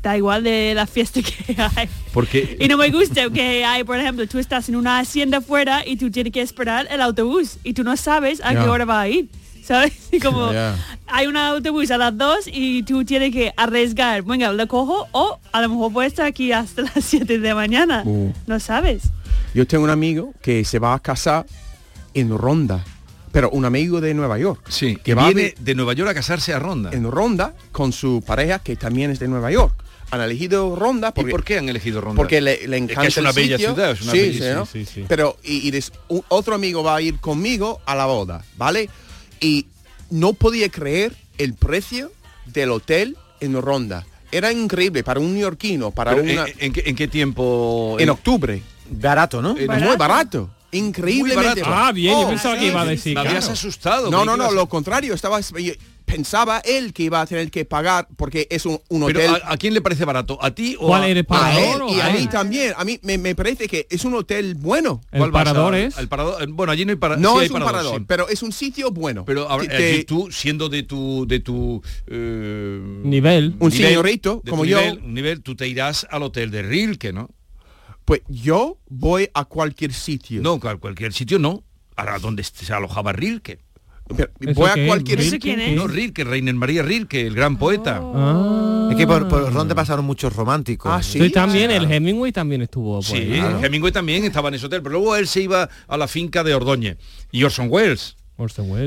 [SPEAKER 8] Da igual de la fiesta que hay.
[SPEAKER 7] Porque
[SPEAKER 8] Y no me gusta que hay, por ejemplo, tú estás en una hacienda afuera y tú tienes que esperar el autobús y tú no sabes a qué
[SPEAKER 12] Ya.
[SPEAKER 8] hora va a ir. ¿Sabes? Y como
[SPEAKER 12] Ya.
[SPEAKER 8] hay un autobús a las 2 y tú tienes que arriesgar, venga, lo cojo o a lo mejor voy a estar aquí hasta las 7 de la mañana.
[SPEAKER 6] Uh.
[SPEAKER 8] No sabes.
[SPEAKER 6] Yo tengo un amigo que se va a casar en Ronda, pero un amigo de Nueva York.
[SPEAKER 7] Sí,
[SPEAKER 6] que
[SPEAKER 7] viene de Nueva York a casarse a Ronda.
[SPEAKER 6] En Ronda con su pareja que también es de Nueva York. Han elegido Ronda porque,
[SPEAKER 7] ¿Por qué han elegido Ronda?
[SPEAKER 6] porque le, le
[SPEAKER 7] Es que
[SPEAKER 6] encanta
[SPEAKER 7] es una
[SPEAKER 6] el
[SPEAKER 7] bella
[SPEAKER 6] sitio.
[SPEAKER 7] ciudad, es una
[SPEAKER 6] Sí,
[SPEAKER 7] bella-
[SPEAKER 6] sí, ¿no?
[SPEAKER 7] sí, sí, sí.
[SPEAKER 6] Pero y, y des- u- otro amigo va a ir conmigo a la boda, ¿vale? Y no podía creer el precio del hotel en Ronda. Era increíble para un neoyorquino, para
[SPEAKER 7] Pero, eh,
[SPEAKER 6] una
[SPEAKER 7] ¿en- en, qué- en qué tiempo?
[SPEAKER 6] en octubre. Barato,
[SPEAKER 7] Eh,
[SPEAKER 6] ¿no? Muy barato. Increíblemente Oh,
[SPEAKER 7] Muy barato. Ah, bien, yo
[SPEAKER 9] pensaba que iba a decir
[SPEAKER 7] Me habías caro. asustado,
[SPEAKER 6] No,
[SPEAKER 7] creí
[SPEAKER 6] no,
[SPEAKER 7] que
[SPEAKER 6] no,
[SPEAKER 7] ibas a-
[SPEAKER 6] lo contrario. Estaba, yo pensaba él que iba a tener que pagar porque es un, un
[SPEAKER 7] Pero,
[SPEAKER 6] hotel.
[SPEAKER 7] ¿a, a quién le parece barato? ¿A ti o
[SPEAKER 6] ¿Cuál
[SPEAKER 7] a,
[SPEAKER 6] eres,
[SPEAKER 7] a
[SPEAKER 6] parador
[SPEAKER 7] él
[SPEAKER 6] o
[SPEAKER 7] y a
[SPEAKER 6] a
[SPEAKER 7] mí?
[SPEAKER 6] mí también. A mí me, me parece que es un hotel bueno.
[SPEAKER 7] ¿Cuál vas a- al parador- bueno, allí no hay parador.
[SPEAKER 6] No es un parador, pero es un sitio bueno.
[SPEAKER 7] Pero a-
[SPEAKER 6] Que-
[SPEAKER 7] allí
[SPEAKER 6] que-
[SPEAKER 7] tú, siendo de tu... De tu eh,
[SPEAKER 9] Nivel.
[SPEAKER 6] Un
[SPEAKER 7] nivel,
[SPEAKER 6] señorito,
[SPEAKER 7] de
[SPEAKER 6] como
[SPEAKER 7] tu
[SPEAKER 6] yo.
[SPEAKER 7] Nivel, un nivel, tú te irás al hotel de Rilke, ¿no?
[SPEAKER 6] Pues yo voy a cualquier sitio.
[SPEAKER 7] No, a cualquier sitio no. A donde se alojaba Rilke.
[SPEAKER 6] ¿Eso a qué? cualquier- ¿Eso quién es?
[SPEAKER 7] No, Rilke, Reiner María Rilke, el gran poeta.
[SPEAKER 9] Ah.
[SPEAKER 10] Es que por,
[SPEAKER 6] Ah.
[SPEAKER 10] por Ronda pasaron muchos románticos.
[SPEAKER 7] Ah,
[SPEAKER 9] Sí, también, el Hemingway también estuvo. por
[SPEAKER 7] Sí,
[SPEAKER 9] ahí, ¿no?
[SPEAKER 7] Hemingway también estaba en ese hotel, pero luego él se iba a la finca de Ordóñez y Orson Welles.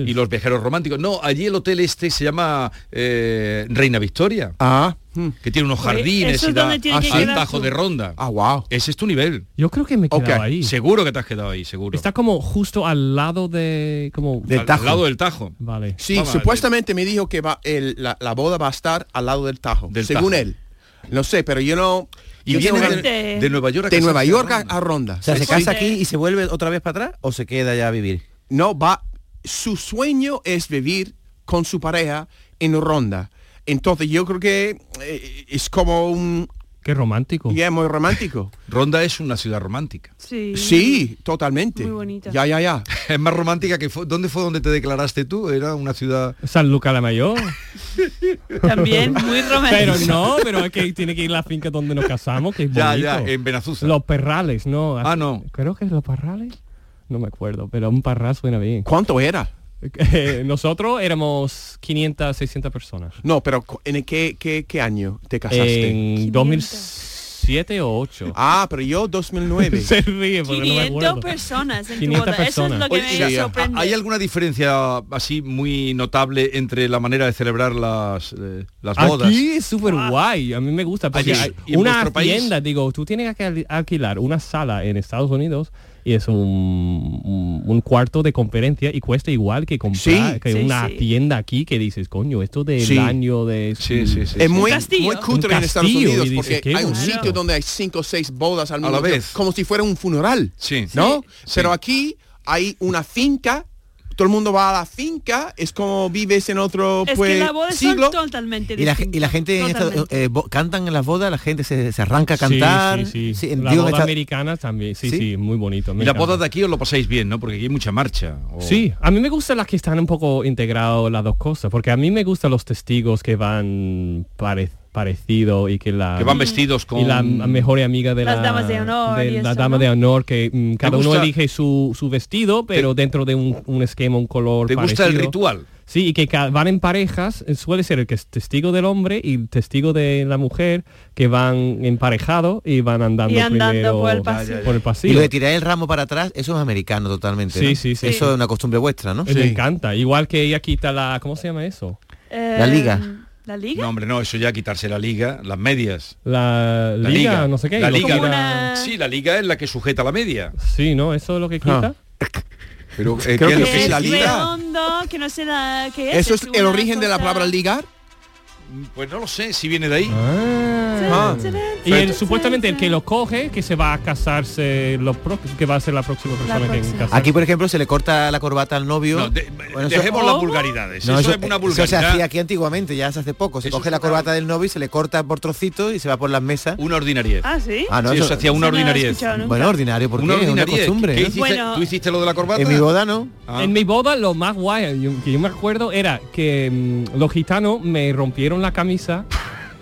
[SPEAKER 7] Y los viajeros románticos. No, allí el hotel este se llama eh, Reina Victoria.
[SPEAKER 6] Ah.
[SPEAKER 7] Que tiene unos
[SPEAKER 6] Oye,
[SPEAKER 7] jardines
[SPEAKER 6] eso
[SPEAKER 7] y
[SPEAKER 6] es
[SPEAKER 7] da
[SPEAKER 6] donde tiene
[SPEAKER 9] Ah,
[SPEAKER 7] al
[SPEAKER 6] que quedar
[SPEAKER 7] Tajo
[SPEAKER 6] tú.
[SPEAKER 7] de Ronda.
[SPEAKER 6] Ah, wow.
[SPEAKER 7] Ese es tu nivel.
[SPEAKER 9] Yo creo que me he quedado
[SPEAKER 7] Ok.
[SPEAKER 9] ahí.
[SPEAKER 7] Seguro que te has quedado ahí, seguro.
[SPEAKER 9] Está como justo al lado de. como
[SPEAKER 7] Del Al- al Tajo. lado del Tajo.
[SPEAKER 9] Vale.
[SPEAKER 6] Sí, supuestamente me dijo que va, el- la, la boda va a estar al lado del Tajo, según
[SPEAKER 7] Tajo.
[SPEAKER 6] él. No sé, pero yo no...
[SPEAKER 7] Y
[SPEAKER 6] yo
[SPEAKER 7] viene
[SPEAKER 6] tengo
[SPEAKER 7] de-
[SPEAKER 6] que-
[SPEAKER 7] de Nueva York a
[SPEAKER 6] De
[SPEAKER 7] casarse
[SPEAKER 6] Nueva
[SPEAKER 7] a
[SPEAKER 6] York a
[SPEAKER 7] Ronda.
[SPEAKER 6] a Ronda.
[SPEAKER 10] O sea, ¿se casa aquí y se vuelve otra vez para atrás o se queda ya a vivir?
[SPEAKER 6] No, va... Su sueño es vivir con su pareja en Ronda. Entonces yo creo que eh, es como un,
[SPEAKER 9] Qué romántico.
[SPEAKER 6] Ya es muy romántico.
[SPEAKER 7] Ronda es una ciudad romántica.
[SPEAKER 8] Sí.
[SPEAKER 6] Sí, totalmente.
[SPEAKER 8] Muy bonita.
[SPEAKER 6] Ya, ya, ya.
[SPEAKER 7] Es más romántica que fue. ¿Dónde fue donde te declaraste tú? Era una ciudad.
[SPEAKER 9] San Luca la Mayor.
[SPEAKER 8] También muy romántico.
[SPEAKER 9] Pero no, pero es que tiene que ir a la finca donde nos casamos, que es
[SPEAKER 7] Ya,
[SPEAKER 9] bonito.
[SPEAKER 7] ya, en Benazusa.
[SPEAKER 9] Los perrales, ¿no?
[SPEAKER 7] Ah, no.
[SPEAKER 9] Creo que es los parrales. No me acuerdo, pero un parral suena bien.
[SPEAKER 6] ¿Cuánto era?
[SPEAKER 9] eh, nosotros éramos 500, 600 personas.
[SPEAKER 6] No, pero cu- ¿en qué, qué, qué año te casaste?
[SPEAKER 9] En 2007 o 8.
[SPEAKER 6] Ah, pero yo 2009.
[SPEAKER 9] Se ríe porque no me
[SPEAKER 8] 500
[SPEAKER 9] acuerdo.
[SPEAKER 8] personas en tu
[SPEAKER 9] 500
[SPEAKER 8] boda. Eso es lo que
[SPEAKER 7] Oye,
[SPEAKER 8] me
[SPEAKER 7] sí,
[SPEAKER 8] sorprende.
[SPEAKER 7] ¿Hay alguna diferencia así muy notable entre la manera de celebrar las, eh, las bodas?
[SPEAKER 9] Aquí es súper guay, a mí me
[SPEAKER 6] Ah,
[SPEAKER 9] gusta porque
[SPEAKER 7] Allí,
[SPEAKER 9] hay
[SPEAKER 7] ¿y en
[SPEAKER 9] una
[SPEAKER 7] vuestro país?
[SPEAKER 9] tienda, digo, tú tienes que al- alquilar una sala en Estados Unidos y es un, un- un cuarto de conferencia y cuesta igual que comprar
[SPEAKER 6] Sí.
[SPEAKER 9] que
[SPEAKER 6] Sí,
[SPEAKER 9] una
[SPEAKER 6] sí.
[SPEAKER 9] tiendas aquí que dices, coño, esto del
[SPEAKER 6] Sí.
[SPEAKER 9] año de
[SPEAKER 6] Es muy, muy
[SPEAKER 9] Un
[SPEAKER 6] cutre en Estados
[SPEAKER 9] castillo, y
[SPEAKER 6] Unidos
[SPEAKER 9] dices,
[SPEAKER 6] porque
[SPEAKER 9] qué
[SPEAKER 6] hay un
[SPEAKER 9] bonito.
[SPEAKER 6] sitio donde hay cinco o seis bodas al
[SPEAKER 7] A la
[SPEAKER 6] mismo tiempo,
[SPEAKER 7] vez.
[SPEAKER 6] como si fuera un funeral, ¿no? Pero aquí hay una finca, todo el mundo va a la finca, es como vives en otro
[SPEAKER 8] Es
[SPEAKER 6] pues,
[SPEAKER 8] que la boda
[SPEAKER 6] siglo.
[SPEAKER 8] son totalmente
[SPEAKER 10] Y la, ge-
[SPEAKER 8] distintas.
[SPEAKER 10] y la gente en esta-
[SPEAKER 8] Totalmente.
[SPEAKER 10] eh, bo- cantan en las bodas, la gente se, se arranca a cantar.
[SPEAKER 9] Sí, sí, sí.
[SPEAKER 10] Sí, en-
[SPEAKER 9] La
[SPEAKER 10] digo, en
[SPEAKER 9] boda
[SPEAKER 10] esta-
[SPEAKER 9] americana también, sí,
[SPEAKER 10] ¿Sí?
[SPEAKER 9] sí, muy bonito. me
[SPEAKER 7] Y las
[SPEAKER 9] encanta.
[SPEAKER 7] bodas de aquí os lo pasáis bien, ¿no? Porque aquí hay mucha marcha. o-
[SPEAKER 9] Sí, a mí me gustan las que están un poco integradas las dos cosas, porque a mí me gustan los testigos que van pare- parecido y que la
[SPEAKER 7] Que van vestidos con-
[SPEAKER 9] y la m- mejor amiga de
[SPEAKER 8] Las
[SPEAKER 9] la
[SPEAKER 8] damas de honor
[SPEAKER 9] de
[SPEAKER 8] y
[SPEAKER 9] la
[SPEAKER 8] eso,
[SPEAKER 9] dama
[SPEAKER 8] ¿no?
[SPEAKER 9] de honor que mm, cada uno
[SPEAKER 7] gusta-
[SPEAKER 9] elige su, su vestido pero dentro de un, un esquema un color
[SPEAKER 7] ¿Te gusta el
[SPEAKER 9] parecido.
[SPEAKER 7] ritual?
[SPEAKER 9] Sí, y que ca- van en parejas, eh, suele ser el que es testigo del hombre y el testigo de la mujer, que van emparejados y van andando,
[SPEAKER 8] Y andando
[SPEAKER 9] primero
[SPEAKER 8] por el pasillo.
[SPEAKER 9] por el
[SPEAKER 10] y
[SPEAKER 9] pasillo.
[SPEAKER 10] lo de tirar el ramo para atrás, eso es americano totalmente.
[SPEAKER 9] Sí,
[SPEAKER 10] ¿no?
[SPEAKER 9] sí, sí.
[SPEAKER 10] Eso es una costumbre vuestra, ¿no?
[SPEAKER 9] Eh, Me encanta. Igual que ella quita la... ¿Cómo se llama eso?
[SPEAKER 8] Eh,
[SPEAKER 7] ¿La liga?
[SPEAKER 8] ¿La liga?
[SPEAKER 7] No, hombre, no, eso ya quitarse la liga, las medias.
[SPEAKER 9] La liga, no sé qué.
[SPEAKER 7] La
[SPEAKER 9] y lo
[SPEAKER 7] liga.
[SPEAKER 9] quita-
[SPEAKER 7] Sí, la liga es la que sujeta la media.
[SPEAKER 8] Ah.
[SPEAKER 9] Sí, ¿no? Eso es lo que quita.
[SPEAKER 7] Ah. Pero
[SPEAKER 6] Creo
[SPEAKER 7] eh, ¿qué
[SPEAKER 6] que
[SPEAKER 7] es lo que
[SPEAKER 6] es
[SPEAKER 7] es
[SPEAKER 6] la liga.
[SPEAKER 8] Redondo, que no sé la, qué es.
[SPEAKER 6] Eso es el
[SPEAKER 8] una
[SPEAKER 6] origen de la
[SPEAKER 8] cosa-
[SPEAKER 6] palabra ligar.
[SPEAKER 7] Pues no lo sé, si viene de ahí.
[SPEAKER 9] Ah. Y el, supuestamente el que lo coge, que se va a casarse, los pro- que va a ser la próxima persona que casarse.
[SPEAKER 10] Aquí, por ejemplo, se le corta la corbata al novio.
[SPEAKER 9] No, de-
[SPEAKER 10] Bueno, eso-
[SPEAKER 7] Eh, Dejemos
[SPEAKER 8] Oh.
[SPEAKER 13] Oh.
[SPEAKER 7] las vulgaridades.
[SPEAKER 10] No,
[SPEAKER 7] eso, es
[SPEAKER 10] eso
[SPEAKER 7] una
[SPEAKER 10] se
[SPEAKER 7] vulgaridad.
[SPEAKER 10] hacía aquí antiguamente, ya se hace poco. Se
[SPEAKER 7] Eso
[SPEAKER 10] coge
[SPEAKER 7] es
[SPEAKER 10] la
[SPEAKER 7] una-
[SPEAKER 10] corbata del novio y se le corta por trocitos y se va por las mesas.
[SPEAKER 7] Una ordinariedad.
[SPEAKER 8] Ah, sí.
[SPEAKER 10] Ah, no,
[SPEAKER 7] Sí,
[SPEAKER 10] eso-
[SPEAKER 7] eso hacía una
[SPEAKER 8] Eso no lo he
[SPEAKER 7] ordinariedad.
[SPEAKER 8] escuchado nunca.
[SPEAKER 10] Bueno, ordinario, porque
[SPEAKER 7] Una
[SPEAKER 10] es una
[SPEAKER 7] ordinariedad.
[SPEAKER 10] costumbre.
[SPEAKER 7] ¿Qué
[SPEAKER 10] ¿no?
[SPEAKER 7] hiciste?
[SPEAKER 8] Bueno.
[SPEAKER 7] ¿Tú hiciste lo de la corbata? Ah.
[SPEAKER 10] En mi boda no.
[SPEAKER 9] En mi boda lo más guay yo- que yo me acuerdo era que mm, los gitanos me rompieron la camisa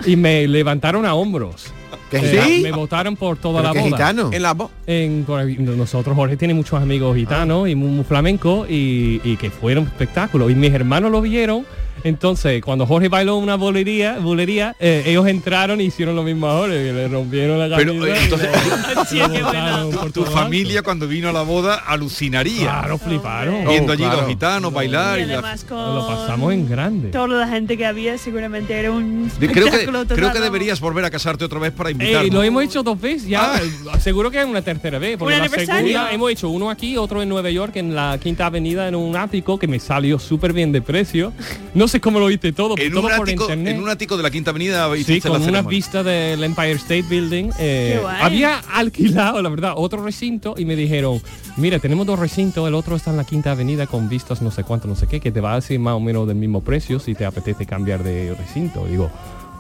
[SPEAKER 9] y me levantaron a hombros.
[SPEAKER 10] ¿Qué
[SPEAKER 9] Eh,
[SPEAKER 10] gitano?
[SPEAKER 9] Me votaron por toda la
[SPEAKER 10] ¿Pero qué
[SPEAKER 9] boda.
[SPEAKER 10] gitano?
[SPEAKER 6] En la bo-
[SPEAKER 9] En- por ahí, nosotros, Jorge tiene muchos amigos gitanos y muy, muy flamencos y, y que fueron espectáculos. Y mis hermanos lo vieron. Entonces, cuando Jorge bailó una bolería, bolería eh, ellos entraron y hicieron lo mismo a Jorge, que le rompieron la camisa.
[SPEAKER 7] Pero
[SPEAKER 9] y
[SPEAKER 7] eh, entonces
[SPEAKER 9] lo-
[SPEAKER 8] Sí,
[SPEAKER 9] lo
[SPEAKER 8] qué
[SPEAKER 9] botaron
[SPEAKER 8] bueno.
[SPEAKER 9] por
[SPEAKER 7] tu
[SPEAKER 9] todo alto.
[SPEAKER 7] familia cuando vino a la boda alucinaría.
[SPEAKER 9] Claro, fliparon.
[SPEAKER 7] Viendo
[SPEAKER 9] Oh,
[SPEAKER 7] allí
[SPEAKER 9] claro.
[SPEAKER 7] los gitanos bailar.
[SPEAKER 8] Y
[SPEAKER 7] y la-
[SPEAKER 8] además con
[SPEAKER 9] Lo pasamos en grande.
[SPEAKER 8] toda la gente que había, seguramente era un
[SPEAKER 7] De- Creo que,
[SPEAKER 8] espectáculo
[SPEAKER 7] creo
[SPEAKER 8] total,
[SPEAKER 7] que
[SPEAKER 8] vamos.
[SPEAKER 7] deberías volver a casarte otra vez para Ah.
[SPEAKER 9] Ey,
[SPEAKER 7] invitarnos.
[SPEAKER 9] Eh, lo hemos hecho dos veces ya. Seguro que es una tercera vez. Porque
[SPEAKER 8] Un
[SPEAKER 9] la
[SPEAKER 8] aniversario.
[SPEAKER 9] segunda hemos hecho uno aquí, otro en Nueva York, en la Quinta Avenida, en un ático que me salió súper bien de precio. No sé cómo lo hice todo,
[SPEAKER 7] en,
[SPEAKER 9] todo
[SPEAKER 7] un
[SPEAKER 9] por
[SPEAKER 7] ático,
[SPEAKER 9] internet.
[SPEAKER 7] en un ático de la Quinta Avenida
[SPEAKER 9] Sí,
[SPEAKER 7] hiciste
[SPEAKER 9] con
[SPEAKER 7] la
[SPEAKER 9] una
[SPEAKER 7] ceremonia.
[SPEAKER 9] vista del Empire State Building. eh,
[SPEAKER 8] Qué guay.
[SPEAKER 9] había alquilado, la verdad, otro recinto y me dijeron, mira, tenemos dos recintos, el otro está en la Quinta Avenida con vistas no sé cuánto, no sé qué, que te va a decir más o menos del mismo precio si te apetece cambiar de recinto. Digo,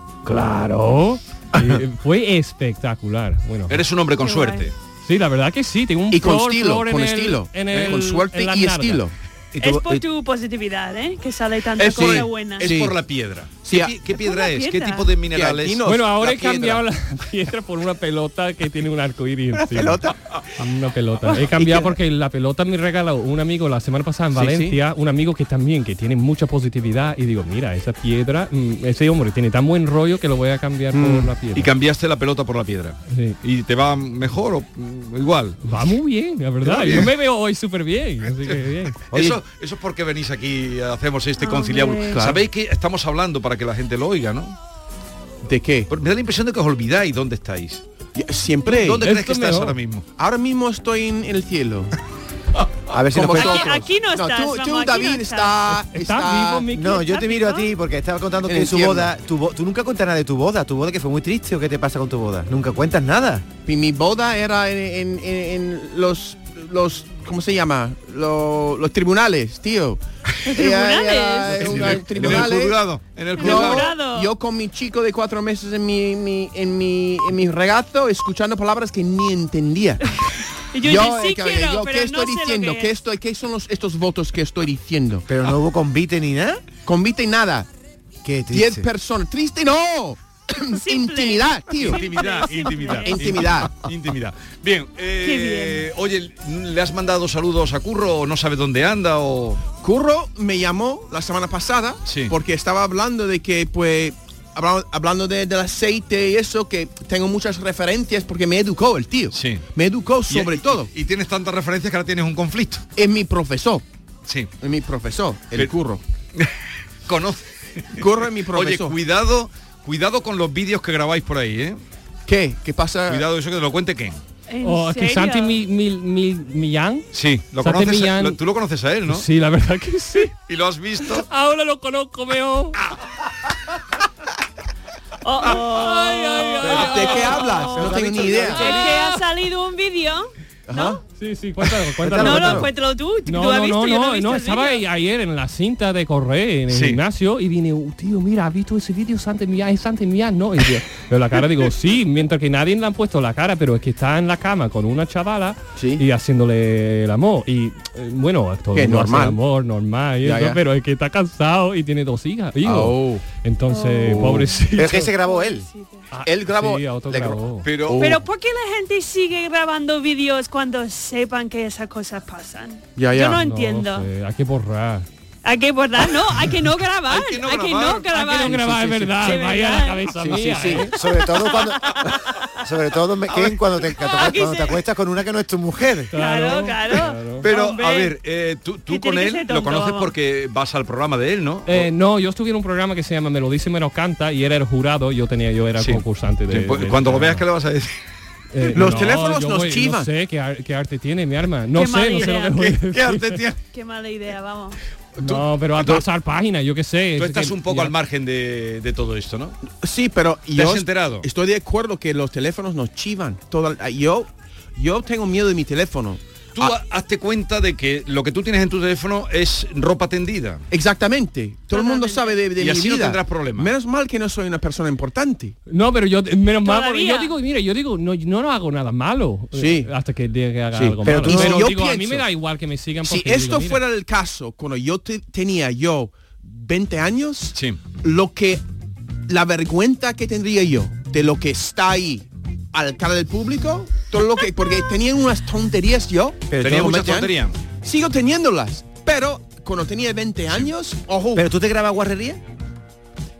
[SPEAKER 9] claro. Y, eh, fue espectacular. Bueno.
[SPEAKER 7] Eres un hombre con
[SPEAKER 9] Qué
[SPEAKER 7] suerte.
[SPEAKER 9] Sí, la verdad que sí, tengo un
[SPEAKER 6] Y con
[SPEAKER 9] flor,
[SPEAKER 6] estilo,
[SPEAKER 9] flor en
[SPEAKER 6] con
[SPEAKER 9] el-
[SPEAKER 6] estilo,
[SPEAKER 9] en
[SPEAKER 6] ¿eh?
[SPEAKER 9] el-
[SPEAKER 6] Con suerte
[SPEAKER 9] en la
[SPEAKER 6] y
[SPEAKER 9] narda.
[SPEAKER 6] estilo.
[SPEAKER 8] Es por tu positividad, ¿eh? Que sale tanta
[SPEAKER 7] Es
[SPEAKER 8] cosa
[SPEAKER 7] por-
[SPEAKER 8] buena.
[SPEAKER 7] es por la piedra.
[SPEAKER 6] Sí,
[SPEAKER 7] ¿Qué,
[SPEAKER 6] a-
[SPEAKER 7] pi- qué
[SPEAKER 8] por
[SPEAKER 7] piedra
[SPEAKER 8] la
[SPEAKER 7] es?
[SPEAKER 8] piedra.
[SPEAKER 7] ¿Qué tipo de minerales?
[SPEAKER 6] Dinos
[SPEAKER 9] bueno, ahora
[SPEAKER 6] la
[SPEAKER 9] he
[SPEAKER 6] piedra.
[SPEAKER 9] cambiado la piedra por una pelota que tiene un arco iris. ¿Una
[SPEAKER 6] pelota?
[SPEAKER 9] Una pelota. He cambiado porque la pelota me regaló un amigo la semana pasada en
[SPEAKER 6] Sí, sí.
[SPEAKER 9] Valencia, un amigo que también que tiene mucha positividad y digo, mira, esa piedra, mm, ese hombre tiene tan buen rollo que lo voy a cambiar
[SPEAKER 6] Mm.
[SPEAKER 9] por la piedra.
[SPEAKER 7] Mm. Y cambiaste la pelota por la piedra.
[SPEAKER 9] Sí.
[SPEAKER 7] ¿Y te va mejor o mm, igual?
[SPEAKER 9] Va muy bien, la verdad.
[SPEAKER 7] Va
[SPEAKER 9] Yo
[SPEAKER 7] bien.
[SPEAKER 9] me veo hoy súper bien. Así que bien.
[SPEAKER 7] Eso, eso es porque venís aquí, hacemos este
[SPEAKER 8] Ah,
[SPEAKER 7] conciliábulo.
[SPEAKER 9] Claro.
[SPEAKER 7] Sabéis que estamos hablando para que la gente lo oiga, ¿no?
[SPEAKER 6] ¿De qué?
[SPEAKER 7] Me da la impresión de que os olvidáis dónde estáis.
[SPEAKER 6] Ya- eh, Siempre.
[SPEAKER 7] ¿Dónde crees que estás ahora mismo?
[SPEAKER 6] Ahora mismo estoy en el cielo.
[SPEAKER 10] A ver si
[SPEAKER 6] Como
[SPEAKER 10] nos cuentas-
[SPEAKER 6] vosotros.
[SPEAKER 8] Aquí no estás,
[SPEAKER 6] tú,
[SPEAKER 8] vamos,
[SPEAKER 6] tú,
[SPEAKER 8] aquí no
[SPEAKER 6] David, está,
[SPEAKER 8] estás.
[SPEAKER 6] está,
[SPEAKER 10] No, yo te miro a ti porque estaba contando
[SPEAKER 6] En
[SPEAKER 10] que
[SPEAKER 6] el
[SPEAKER 10] su
[SPEAKER 6] infierno.
[SPEAKER 10] boda, tu bo- tú nunca cuentas nada de tu boda, tu boda que fue muy triste o qué te pasa con tu boda. Nunca cuentas nada.
[SPEAKER 6] Y mi boda era en, en- en- en los los ¿cómo se llama? Lo- los tribunales, tío. Ella era
[SPEAKER 7] En
[SPEAKER 6] una
[SPEAKER 7] el-
[SPEAKER 6] tribunales.
[SPEAKER 7] en el juzgado, en el
[SPEAKER 6] Yo-
[SPEAKER 7] juzgado.
[SPEAKER 6] Yo, con mi chico de cuatro meses en mi, mi- en mi, en mi regazo, escuchando palabras que ni entendía.
[SPEAKER 8] Y yo dije, sí
[SPEAKER 6] eh, que-
[SPEAKER 8] quiero,
[SPEAKER 6] yo,
[SPEAKER 8] pero
[SPEAKER 6] ¿qué estoy
[SPEAKER 8] no sé lo
[SPEAKER 6] diciendo?
[SPEAKER 8] que
[SPEAKER 6] ¿Qué,
[SPEAKER 8] es.
[SPEAKER 6] estoy, ¿Qué son los, estos votos que estoy diciendo?
[SPEAKER 10] Pero no hubo convite ni nada.
[SPEAKER 6] Convite y nada.
[SPEAKER 10] ¿Qué
[SPEAKER 6] Diez personas. Triste no. intimidad, tío.
[SPEAKER 7] Intimidad, intimidad.
[SPEAKER 6] Intimidad.
[SPEAKER 7] Intimidad. Bien, eh, oye, ¿le has mandado saludos a Curro o no sabe dónde anda o...?
[SPEAKER 6] Curro me llamó la semana pasada porque estaba hablando de que pues habla- hablando de- del aceite y eso que tengo muchas referencias porque me educó el tío. Me educó sobre todo.
[SPEAKER 7] Y tienes tantas referencias que ahora tienes un conflicto.
[SPEAKER 6] Es mi profesor.
[SPEAKER 7] Sí.
[SPEAKER 6] Es mi profesor, el curro.
[SPEAKER 7] Conoce.
[SPEAKER 6] Curro es mi profesor.
[SPEAKER 7] Oye, cuidado, cuidado con los vídeos que grabáis por ahí, ¿eh?
[SPEAKER 6] ¿Qué? ¿Qué pasa?
[SPEAKER 7] Cuidado eso que te lo cuente Ken.
[SPEAKER 9] O Oh, aquí Santi Mi- Mi- Mi- Millán.
[SPEAKER 7] Sí, lo
[SPEAKER 9] Santi
[SPEAKER 7] conoces,
[SPEAKER 9] Millán.
[SPEAKER 7] lo- tú lo conoces a él, ¿no?
[SPEAKER 9] Sí, la verdad que sí.
[SPEAKER 7] Y lo has visto.
[SPEAKER 9] Ahora lo conozco, veo.
[SPEAKER 8] Oh, Ay, ay, ay,
[SPEAKER 6] ¿De Este, qué
[SPEAKER 8] ay.
[SPEAKER 6] hablas? Ah, No tengo ni idea.
[SPEAKER 8] Es que ha salido un vídeo.
[SPEAKER 6] Ajá.
[SPEAKER 9] Sí, sí, cuéntalo, cuéntalo.
[SPEAKER 8] No, no,
[SPEAKER 9] cuéntalo.
[SPEAKER 8] cuéntalo tú.
[SPEAKER 9] No,
[SPEAKER 8] tú has
[SPEAKER 9] no,
[SPEAKER 8] visto,
[SPEAKER 9] no,
[SPEAKER 8] yo
[SPEAKER 9] no,
[SPEAKER 8] he
[SPEAKER 9] no,
[SPEAKER 8] visto el
[SPEAKER 9] estaba
[SPEAKER 8] vídeo.
[SPEAKER 9] ahí ayer en la cinta de correr en el
[SPEAKER 7] Sí.
[SPEAKER 9] gimnasio y vine, "Uh, tío, mira, ¿has visto ese vídeo Santi Millán? Es Santi Millán, no. Y yo, pero la cara digo, sí, mientras que nadie le han puesto la cara, pero es que está en la cama con una chavala y haciéndole el amor. Y eh, bueno, todo
[SPEAKER 6] Que
[SPEAKER 9] el mundo hace
[SPEAKER 6] normal.
[SPEAKER 9] amor, normal, y
[SPEAKER 6] Ya,
[SPEAKER 9] eso,
[SPEAKER 6] ya.
[SPEAKER 9] pero es que está cansado y tiene dos hijas. hijos.
[SPEAKER 6] Oh.
[SPEAKER 9] Entonces,
[SPEAKER 6] Oh.
[SPEAKER 9] pobrecito. Ah,
[SPEAKER 10] Pero es que se grabó él.
[SPEAKER 6] él grabó.
[SPEAKER 9] Sí, a otro
[SPEAKER 6] le gra-
[SPEAKER 9] grabó.
[SPEAKER 6] Oh.
[SPEAKER 7] Pero,
[SPEAKER 8] Pero ¿por qué la gente sigue grabando vídeos cuando sepan que esas cosas pasan?
[SPEAKER 9] Ya,
[SPEAKER 8] Yo
[SPEAKER 9] ya.
[SPEAKER 8] no
[SPEAKER 9] No
[SPEAKER 8] entiendo.
[SPEAKER 9] sé, hay que borrar.
[SPEAKER 8] Hay que guardar, no, hay que no grabar, hay que no grabar,
[SPEAKER 9] Hay que no grabar, es verdad,
[SPEAKER 8] Sí,
[SPEAKER 9] vaya la
[SPEAKER 8] ¿verdad?
[SPEAKER 9] cabeza
[SPEAKER 10] Sí,
[SPEAKER 9] mía,
[SPEAKER 10] sí, sí.
[SPEAKER 9] ¿eh?
[SPEAKER 10] Sobre todo cuando sobre todo me- Ken, cuando te, cuando te acuestas con una que no es tu mujer.
[SPEAKER 8] Claro, claro.
[SPEAKER 7] Pero, a
[SPEAKER 9] Hombre.
[SPEAKER 7] ver, eh, tú, tú
[SPEAKER 9] Que tiene
[SPEAKER 7] con
[SPEAKER 9] que
[SPEAKER 7] él
[SPEAKER 9] ser
[SPEAKER 7] lo
[SPEAKER 9] tonto,
[SPEAKER 7] conoces
[SPEAKER 9] vamos.
[SPEAKER 7] porque vas al programa de él, ¿no?
[SPEAKER 9] Eh, no, yo estuve en un programa que se llama Me lo dice me lo canta y era el jurado, yo tenía, yo era
[SPEAKER 7] Sí.
[SPEAKER 9] concursante de.
[SPEAKER 7] Sí, pues,
[SPEAKER 9] de-
[SPEAKER 7] cuando lo veas, ¿qué le vas a decir?
[SPEAKER 9] Eh,
[SPEAKER 7] Los
[SPEAKER 9] no,
[SPEAKER 7] teléfonos
[SPEAKER 9] yo
[SPEAKER 7] nos
[SPEAKER 9] voy-
[SPEAKER 7] chivan.
[SPEAKER 9] No sé qué, ar- qué arte tiene mi arma. No
[SPEAKER 8] Qué
[SPEAKER 9] sé,
[SPEAKER 8] mala
[SPEAKER 9] no sé lo
[SPEAKER 8] idea.
[SPEAKER 9] que voy a
[SPEAKER 8] ¿Qué-
[SPEAKER 7] qué arte tiene?
[SPEAKER 8] Qué mala idea, vamos.
[SPEAKER 9] No, pero a pasar página, yo qué sé.
[SPEAKER 7] Tú
[SPEAKER 9] es
[SPEAKER 7] estás
[SPEAKER 9] que-
[SPEAKER 7] un poco
[SPEAKER 9] ya-
[SPEAKER 7] al margen de, de todo esto, ¿no?
[SPEAKER 6] Sí, pero
[SPEAKER 7] ¿Te
[SPEAKER 6] yo
[SPEAKER 7] has enterado?
[SPEAKER 6] estoy de acuerdo que los teléfonos nos chivan. Todo el- yo, yo tengo miedo de mi teléfono. Ah.
[SPEAKER 7] Tú ha- hazte cuenta de que lo que tú tienes en tu teléfono es ropa tendida.
[SPEAKER 6] Exactamente. Todo el mundo sabe de, de
[SPEAKER 7] Y
[SPEAKER 6] mi
[SPEAKER 7] así no
[SPEAKER 6] vida.
[SPEAKER 7] tendrás problemas.
[SPEAKER 6] Menos mal que no soy una persona importante.
[SPEAKER 9] No, pero yo menos mal, porque
[SPEAKER 6] Todavía.
[SPEAKER 9] yo digo, mire, yo digo, no, no, no hago nada malo. eh,
[SPEAKER 6] Sí.
[SPEAKER 9] Hasta que el día que haga
[SPEAKER 6] Sí,
[SPEAKER 9] algo
[SPEAKER 6] pero
[SPEAKER 9] malo.
[SPEAKER 6] tú-
[SPEAKER 9] pero
[SPEAKER 6] yo
[SPEAKER 9] digo, a mí
[SPEAKER 6] pienso-
[SPEAKER 9] me da igual que me sigan
[SPEAKER 6] Si
[SPEAKER 9] porque
[SPEAKER 6] esto
[SPEAKER 9] digo, mira,
[SPEAKER 6] fuera el caso, cuando yo te- tenía yo 20 años, lo que la vergüenza que tendría yo de lo que está ahí al cara del público, todo lo que porque tenía unas tonterías yo.
[SPEAKER 10] Pero Tenía
[SPEAKER 6] todo
[SPEAKER 10] muchas tonterías.
[SPEAKER 6] metían. Sigo teniéndolas, pero cuando tenía 20 años, ojo.
[SPEAKER 10] Pero tú te grabas guarrería?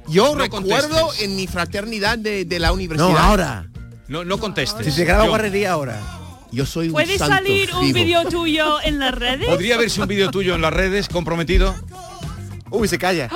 [SPEAKER 6] Yo
[SPEAKER 7] No
[SPEAKER 6] recuerdo
[SPEAKER 7] contestes.
[SPEAKER 6] en mi fraternidad de, de la universidad.
[SPEAKER 7] No, no contestes.
[SPEAKER 6] Si se graba
[SPEAKER 7] Yo-
[SPEAKER 6] guarrería ahora. Yo soy un
[SPEAKER 8] ¿Puede
[SPEAKER 6] santo
[SPEAKER 8] salir un
[SPEAKER 7] vivo.
[SPEAKER 8] vídeo tuyo en las redes?
[SPEAKER 7] ¿Podría verse un vídeo tuyo en las redes comprometido?
[SPEAKER 10] Uy, se calla.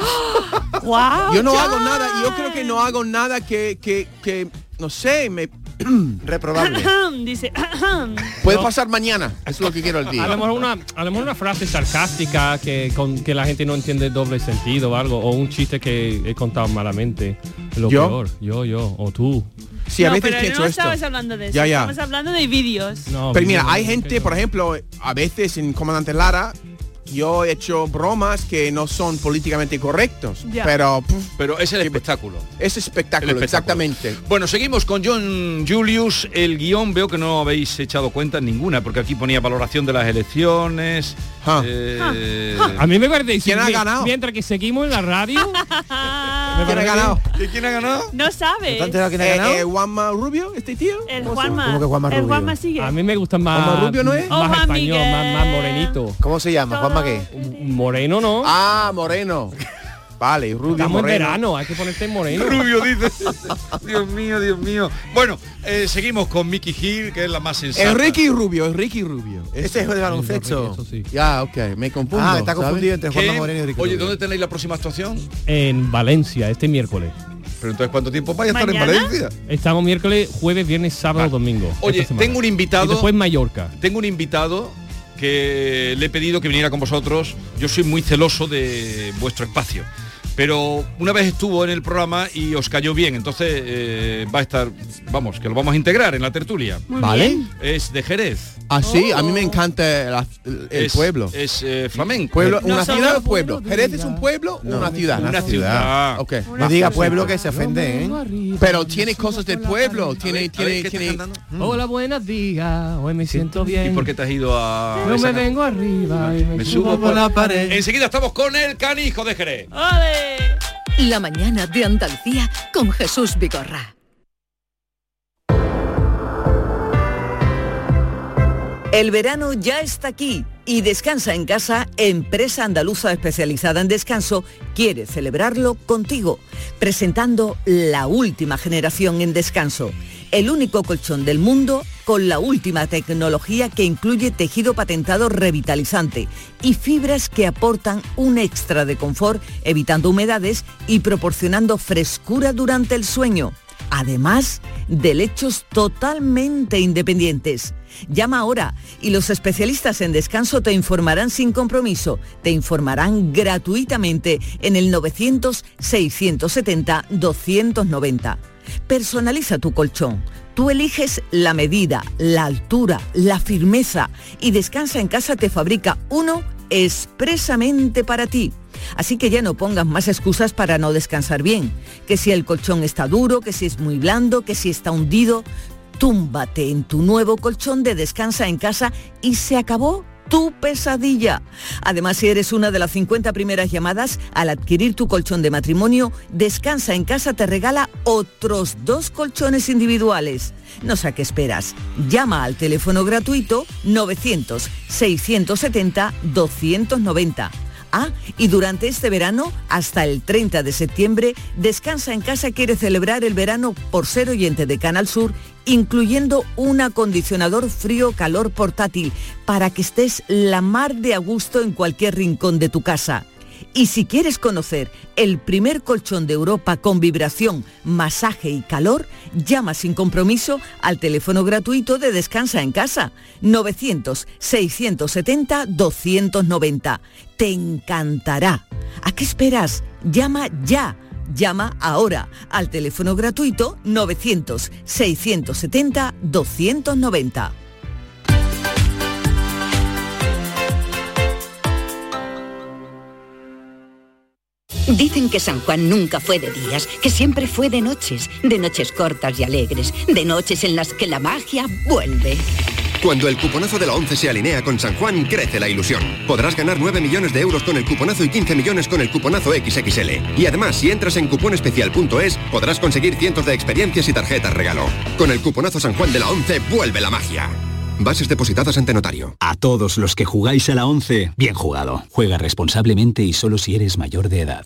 [SPEAKER 8] Guau,
[SPEAKER 6] Yo no
[SPEAKER 8] ¡Ah! ya.
[SPEAKER 6] hago nada, yo creo que no hago nada que, que, que no sé, me...
[SPEAKER 10] Reprobable.
[SPEAKER 8] Dice,
[SPEAKER 6] Puede pasar mañana, es lo que quiero al día.
[SPEAKER 9] A lo mejor una, a lo mejor una frase sarcástica que, con, que la gente no entiende doble sentido o algo, o un chiste que he contado malamente. Lo
[SPEAKER 6] ¿Yo?
[SPEAKER 9] peor, yo, yo, o tú.
[SPEAKER 6] Sí, a
[SPEAKER 8] no,
[SPEAKER 6] veces
[SPEAKER 8] pero
[SPEAKER 6] pienso
[SPEAKER 8] no
[SPEAKER 6] esto.
[SPEAKER 8] estabas hablando de eso.
[SPEAKER 6] Ya, ya.
[SPEAKER 8] Estamos hablando de vídeos.
[SPEAKER 6] Pero mira, hay gente, por ejemplo, a veces en Comandante Lara, yo he hecho bromas que no son políticamente correctos,
[SPEAKER 7] Ya.
[SPEAKER 6] pero pff,
[SPEAKER 7] Pero es el
[SPEAKER 6] pues.
[SPEAKER 7] espectáculo.
[SPEAKER 6] es espectáculo,
[SPEAKER 7] El espectáculo.
[SPEAKER 6] exactamente.
[SPEAKER 7] Bueno, seguimos con John Julius. El guión veo que no habéis echado cuenta ninguna, porque aquí ponía valoración de las elecciones.
[SPEAKER 6] Ah.
[SPEAKER 7] eh,
[SPEAKER 9] A mí me parece
[SPEAKER 7] ¿Quién ha
[SPEAKER 9] mi-
[SPEAKER 7] ganado?
[SPEAKER 9] Mientras que seguimos en la radio.
[SPEAKER 8] ¿Quién
[SPEAKER 9] ha ganado?
[SPEAKER 7] ¿Quién ha ganado?
[SPEAKER 8] No sabes.
[SPEAKER 9] ¿Te has enterado quién ha
[SPEAKER 6] Eh,
[SPEAKER 9] ganado?
[SPEAKER 6] eh, Juanma Rubio, este tío.
[SPEAKER 8] El
[SPEAKER 6] ¿Cómo se llama?
[SPEAKER 8] Juanma. ¿Cómo que Juanma el Rubio? Juanma sigue.
[SPEAKER 9] A mí me gusta más.
[SPEAKER 6] ¿Juanma Rubio no es?
[SPEAKER 9] Más
[SPEAKER 8] Juanma
[SPEAKER 9] español,
[SPEAKER 8] Miguel.
[SPEAKER 9] más, más morenito.
[SPEAKER 10] ¿Cómo se llama? ¿Juanma qué?
[SPEAKER 9] Moreno no.
[SPEAKER 6] Ah, Moreno. Vale, Rubio
[SPEAKER 9] Estamos en
[SPEAKER 6] Moreno.
[SPEAKER 9] verano, hay que ponerte moreno.
[SPEAKER 7] Rubio dice. Dios mío, Dios mío. Bueno, eh, seguimos con Mickey Hill, que es la más sensata.
[SPEAKER 6] Enrique y Rubio, Enrique y Rubio.
[SPEAKER 10] Ese es de baloncesto.
[SPEAKER 6] Ya, ok, me confundo.
[SPEAKER 10] Ah, está
[SPEAKER 6] ¿sabes?
[SPEAKER 10] confundido entre
[SPEAKER 7] ¿Qué?
[SPEAKER 10] Juanma Moreno y Enrique
[SPEAKER 7] Oye,
[SPEAKER 10] Rubio.
[SPEAKER 7] ¿dónde tenéis la próxima actuación?
[SPEAKER 9] En Valencia, este miércoles.
[SPEAKER 7] Pero entonces, ¿cuánto tiempo vais a estar en
[SPEAKER 9] ¿Mañana?
[SPEAKER 7] Valencia? Ah,
[SPEAKER 9] Estamos miércoles, jueves, viernes, sábado, domingo.
[SPEAKER 7] Oye,
[SPEAKER 9] esta semana.
[SPEAKER 7] tengo un invitado.
[SPEAKER 9] Y después Mallorca.
[SPEAKER 7] Tengo un invitado que le he pedido que viniera con vosotros. Yo soy muy celoso de vuestro espacio. Pero una vez estuvo en el programa y os cayó bien, entonces eh, va a estar, vamos, que lo vamos a integrar en la tertulia.
[SPEAKER 6] Muy Vale. bien.
[SPEAKER 7] Es de Jerez.
[SPEAKER 6] Así, Ah, a mí me encanta la- el, el
[SPEAKER 7] Es-
[SPEAKER 6] pueblo.
[SPEAKER 7] Es eh, flamenco.
[SPEAKER 6] Pueblo- ¿Una ciudad o pueblo? ¿Jerez es un pueblo o una ciudad?
[SPEAKER 7] Una ciudad.
[SPEAKER 6] Ok.
[SPEAKER 7] No diga pueblo que se
[SPEAKER 6] ofende, ¿eh? Pero tiene cosas del pueblo. Tiene, tiene, tiene...
[SPEAKER 9] Hola, buenas días. Hoy me siento bien.
[SPEAKER 7] Mm. ¿Y por qué te has ido a.?
[SPEAKER 9] Yo
[SPEAKER 7] esa
[SPEAKER 9] me
[SPEAKER 7] can-
[SPEAKER 9] vengo arriba y me,
[SPEAKER 7] Me subo por la pared. Enseguida estamos con el canijo de Jerez.
[SPEAKER 3] La mañana de Andalucía con Jesús Vigorra.
[SPEAKER 12] El verano ya está aquí y Descansa en Casa, empresa andaluza especializada en descanso, quiere celebrarlo contigo, presentando la última generación en descanso, el único colchón del mundo con la última tecnología que incluye tejido patentado revitalizante y fibras que aportan un extra de confort, evitando humedades y proporcionando frescura durante el sueño además de lechos totalmente independientes. Llama ahora y los especialistas en descanso te informarán sin compromiso, te informarán gratuitamente en el 900-670-290. Personaliza tu colchón. Tú eliges la medida, la altura, la firmeza y Descansa en casa te fabrica uno expresamente para ti. Así que ya no pongas más excusas para no descansar bien. Que si el colchón está duro, que si es muy blando, que si está hundido, túmbate en tu nuevo colchón de descansa en casa y se acabó tu pesadilla. Además, si eres una de las 50 primeras llamadas, al adquirir tu colchón de matrimonio, Descansa en casa te regala otros dos colchones individuales. No sé a qué esperas. Llama al teléfono gratuito 900-670-290. Ah, y durante este verano, hasta el 30 de septiembre, Descansa en Casa quiere celebrar el verano por ser oyente de Canal Sur, incluyendo un acondicionador frío-calor portátil para que estés la mar de a gusto en cualquier rincón de tu casa. Y si quieres conocer el primer colchón de Europa con vibración, masaje y calor, llama sin compromiso al teléfono gratuito de Descansa en Casa 900-670-290. Te encantará. ¿A qué esperas? Llama ya. Llama ahora al teléfono gratuito 900-670-290.
[SPEAKER 14] Dicen que San Juan nunca fue de días, que siempre fue de noches, de noches cortas y alegres, de noches en las que la magia vuelve.
[SPEAKER 15] Cuando el cuponazo de la 11 se alinea con San Juan, crece la ilusión. Podrás ganar 9 millones de euros con el cuponazo y 15 millones con el cuponazo XXL. Y además, si entras en cuponespecial.es, podrás conseguir cientos de experiencias y tarjetas regalo. Con el cuponazo San Juan de la 11, vuelve la magia. Bases depositadas ante notario.
[SPEAKER 16] A todos los que jugáis a la 11, bien jugado. Juega responsablemente y solo si eres mayor de edad.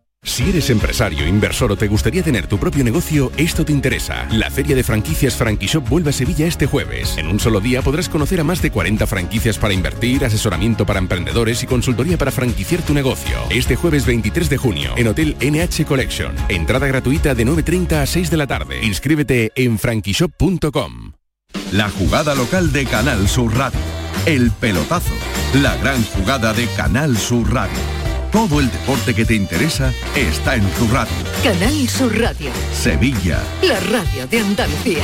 [SPEAKER 17] Si eres empresario, inversor o te gustaría tener tu propio negocio, esto te interesa. La feria de franquicias Franquishop vuelve a Sevilla este jueves. En un solo día podrás conocer a más de 40 franquicias para invertir, asesoramiento para emprendedores y consultoría para franquiciar tu negocio. Este jueves 23 de junio, en Hotel NH Collection. Entrada gratuita de 9.30 a 6 de la tarde. Inscríbete en franquishop.com.
[SPEAKER 18] La jugada local de Canal Sur Radio. El pelotazo. La gran jugada de Canal Sur Radio. Todo el deporte que te interesa está en tu radio.
[SPEAKER 3] Canal Sur Radio,
[SPEAKER 18] Sevilla.
[SPEAKER 3] la radio de Andalucía.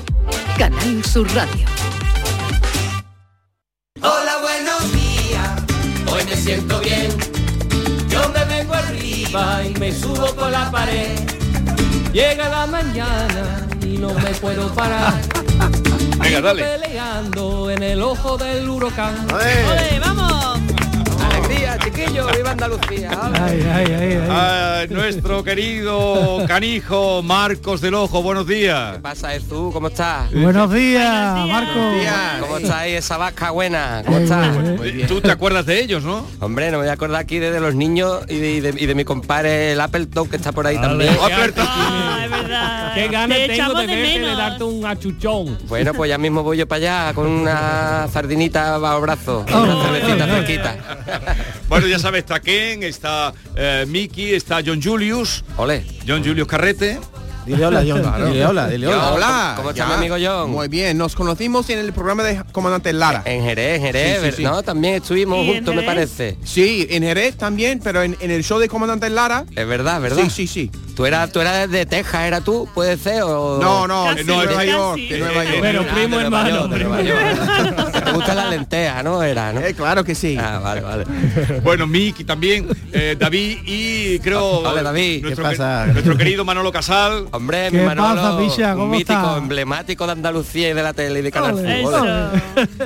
[SPEAKER 3] Canal Sur Radio.
[SPEAKER 4] Hola, buenos días. Hoy me siento bien. Yo me vengo arriba y me subo por la pared. Llega la mañana y no me puedo parar.
[SPEAKER 7] Venga, dale.
[SPEAKER 4] Peleando en el ojo del huracán.
[SPEAKER 7] ¡Ole,
[SPEAKER 4] vamos! Alegría, chiquillo, viva Andalucía. ole.
[SPEAKER 7] Ah, nuestro querido canijo Marcos del Ojo, buenos días.
[SPEAKER 19] ¿Qué pasa, tú? ¿Cómo estás?
[SPEAKER 13] Buenos días, Marco.
[SPEAKER 19] ¿Cómo estáis, esa vasca buena? ¿Cómo estás?
[SPEAKER 7] Tú te acuerdas de ellos, ¿no?
[SPEAKER 19] Hombre, no me voy a acordar aquí de, de los niños y de, y de- y de mi compadre el Appleton que está por ahí también.
[SPEAKER 9] Qué ganas
[SPEAKER 8] Te
[SPEAKER 9] tengo
[SPEAKER 8] echamos
[SPEAKER 9] de
[SPEAKER 8] de
[SPEAKER 9] verte, de
[SPEAKER 8] menos.
[SPEAKER 9] darte un achuchón.
[SPEAKER 19] Bueno, pues ya mismo voy yo para allá con una sardinita bajo brazo, una cervecita fresquita.
[SPEAKER 7] Bueno, ya sabes, está Ken, está eh, Miki, está John Julius. John Julius Carrete.
[SPEAKER 10] Dile hola, John. Dile hola, dile hola.
[SPEAKER 7] Ya,
[SPEAKER 6] Hola.
[SPEAKER 7] ¿cómo
[SPEAKER 6] está
[SPEAKER 7] mi
[SPEAKER 6] amigo John? Muy bien, nos conocimos en el programa de Comandante Lara.
[SPEAKER 19] En Jerez, en Jerez, ¿ver- no? También estuvimos Sí, en juntos, me Jerez. parece.
[SPEAKER 6] Sí, en Jerez también, pero en, en el show de Comandante Lara.
[SPEAKER 19] Es verdad, ¿verdad?
[SPEAKER 6] Sí, sí, sí.
[SPEAKER 19] ¿Tú eras, tú eras de Texas, era tú? ¿Puede ser? O...
[SPEAKER 6] No, no, Casi, no, de Nueva casi. York, de Nueva York. Pero
[SPEAKER 19] Ah,
[SPEAKER 6] primo
[SPEAKER 19] de Nueva
[SPEAKER 6] hermano,
[SPEAKER 19] York, de Nueva York. Te gusta la lenteja, ¿no? Era, ¿no?
[SPEAKER 6] claro que sí.
[SPEAKER 19] Ah, vale, vale.
[SPEAKER 7] Bueno, Miki también, eh, David y creo...
[SPEAKER 19] Hola, Ah, David. ¿Qué
[SPEAKER 7] Nuestro, que-
[SPEAKER 19] pasa?
[SPEAKER 7] nuestro querido Manolo Casal.
[SPEAKER 19] Hombre, mi
[SPEAKER 7] ¿Qué
[SPEAKER 19] Manolo,
[SPEAKER 7] pasa, Picha?
[SPEAKER 19] un
[SPEAKER 7] ¿Cómo
[SPEAKER 19] mítico,
[SPEAKER 7] está?
[SPEAKER 19] emblemático de Andalucía y de la tele y de Canal
[SPEAKER 13] Ole,
[SPEAKER 19] Sur.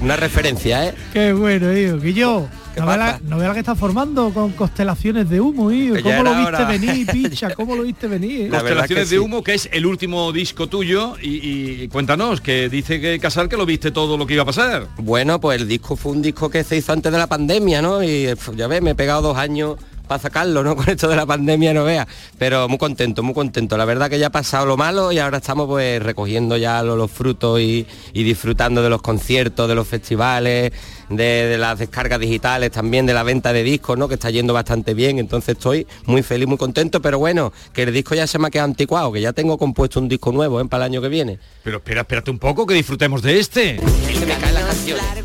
[SPEAKER 19] Una referencia, ¿eh?
[SPEAKER 13] Qué bueno, tío. Que yo, no vea la- no vea la que está formando con constelaciones de humo, tío.
[SPEAKER 19] Que ya
[SPEAKER 13] ¿Cómo lo
[SPEAKER 19] era
[SPEAKER 13] viste
[SPEAKER 19] hora.
[SPEAKER 13] venir, picha? ¿Cómo lo viste venir? eh?
[SPEAKER 7] Constelaciones de humo, que es el último disco tuyo y, y cuéntanos que dice que Casal que lo viste todo lo que iba a pasar.
[SPEAKER 19] Bueno, pues el disco fue un disco que se hizo antes de la pandemia, ¿no? Y eh, ya ves, me he pegado dos años para sacarlo, ¿no? Con esto de la pandemia, no vea. Pero muy contento, muy contento. La verdad que ya ha pasado lo malo y ahora estamos pues recogiendo ya lo- los, frutos y, y disfrutando de los conciertos, de los festivales, de, de las descargas digitales también, de la venta de discos, ¿no? Que está yendo bastante bien. Entonces estoy muy feliz, muy contento, pero bueno, que el disco ya se me ha quedado anticuado, que ya tengo compuesto un disco nuevo, ¿eh? Para el año que viene.
[SPEAKER 7] Pero espera, espérate un poco que disfrutemos de este.
[SPEAKER 19] Se me caen las canciones. Tú,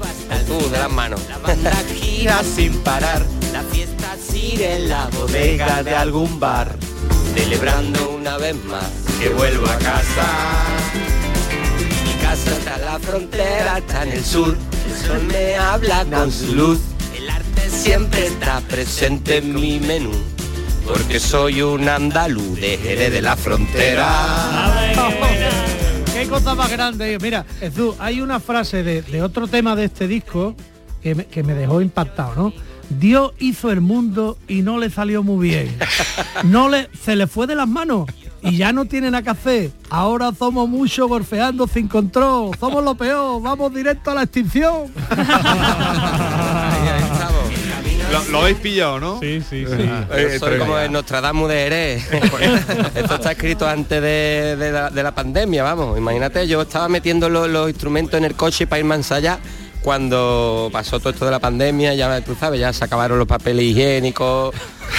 [SPEAKER 19] Uh, de las manos.
[SPEAKER 20] gira sin parar. La fiesta sigue en la bodega de algún bar.
[SPEAKER 19] Celebrando una vez más que vuelvo a casa. Mi casa está en la frontera, está en el sur. El sol me habla con su luz. El arte siempre está presente en mi menú. Porque soy un andaluz de Jerez de la frontera.
[SPEAKER 13] Qué cosa más grande. tío. Mira, Edu, hay una frase de, de otro tema de este disco que me, que me dejó impactado, ¿no? Dios hizo el mundo y no le salió muy bien. No le, se le fue de las manos y ya no tiene nada que hacer. Ahora somos muchos golfeando sin control. Somos lo peor. Vamos directo a la extinción.
[SPEAKER 7] Lo, lo habéis pillado, ¿no? Eh, ah, Sí, sí, sí.
[SPEAKER 19] Yo soy como el Nostradamus de Jerez. Esto está escrito antes de, de la, de la pandemia, vamos. Imagínate, yo estaba metiendo los, los instrumentos en el coche para ir más allá cuando pasó todo esto de la pandemia, ya tú sabes, ya se acabaron los papeles higiénicos,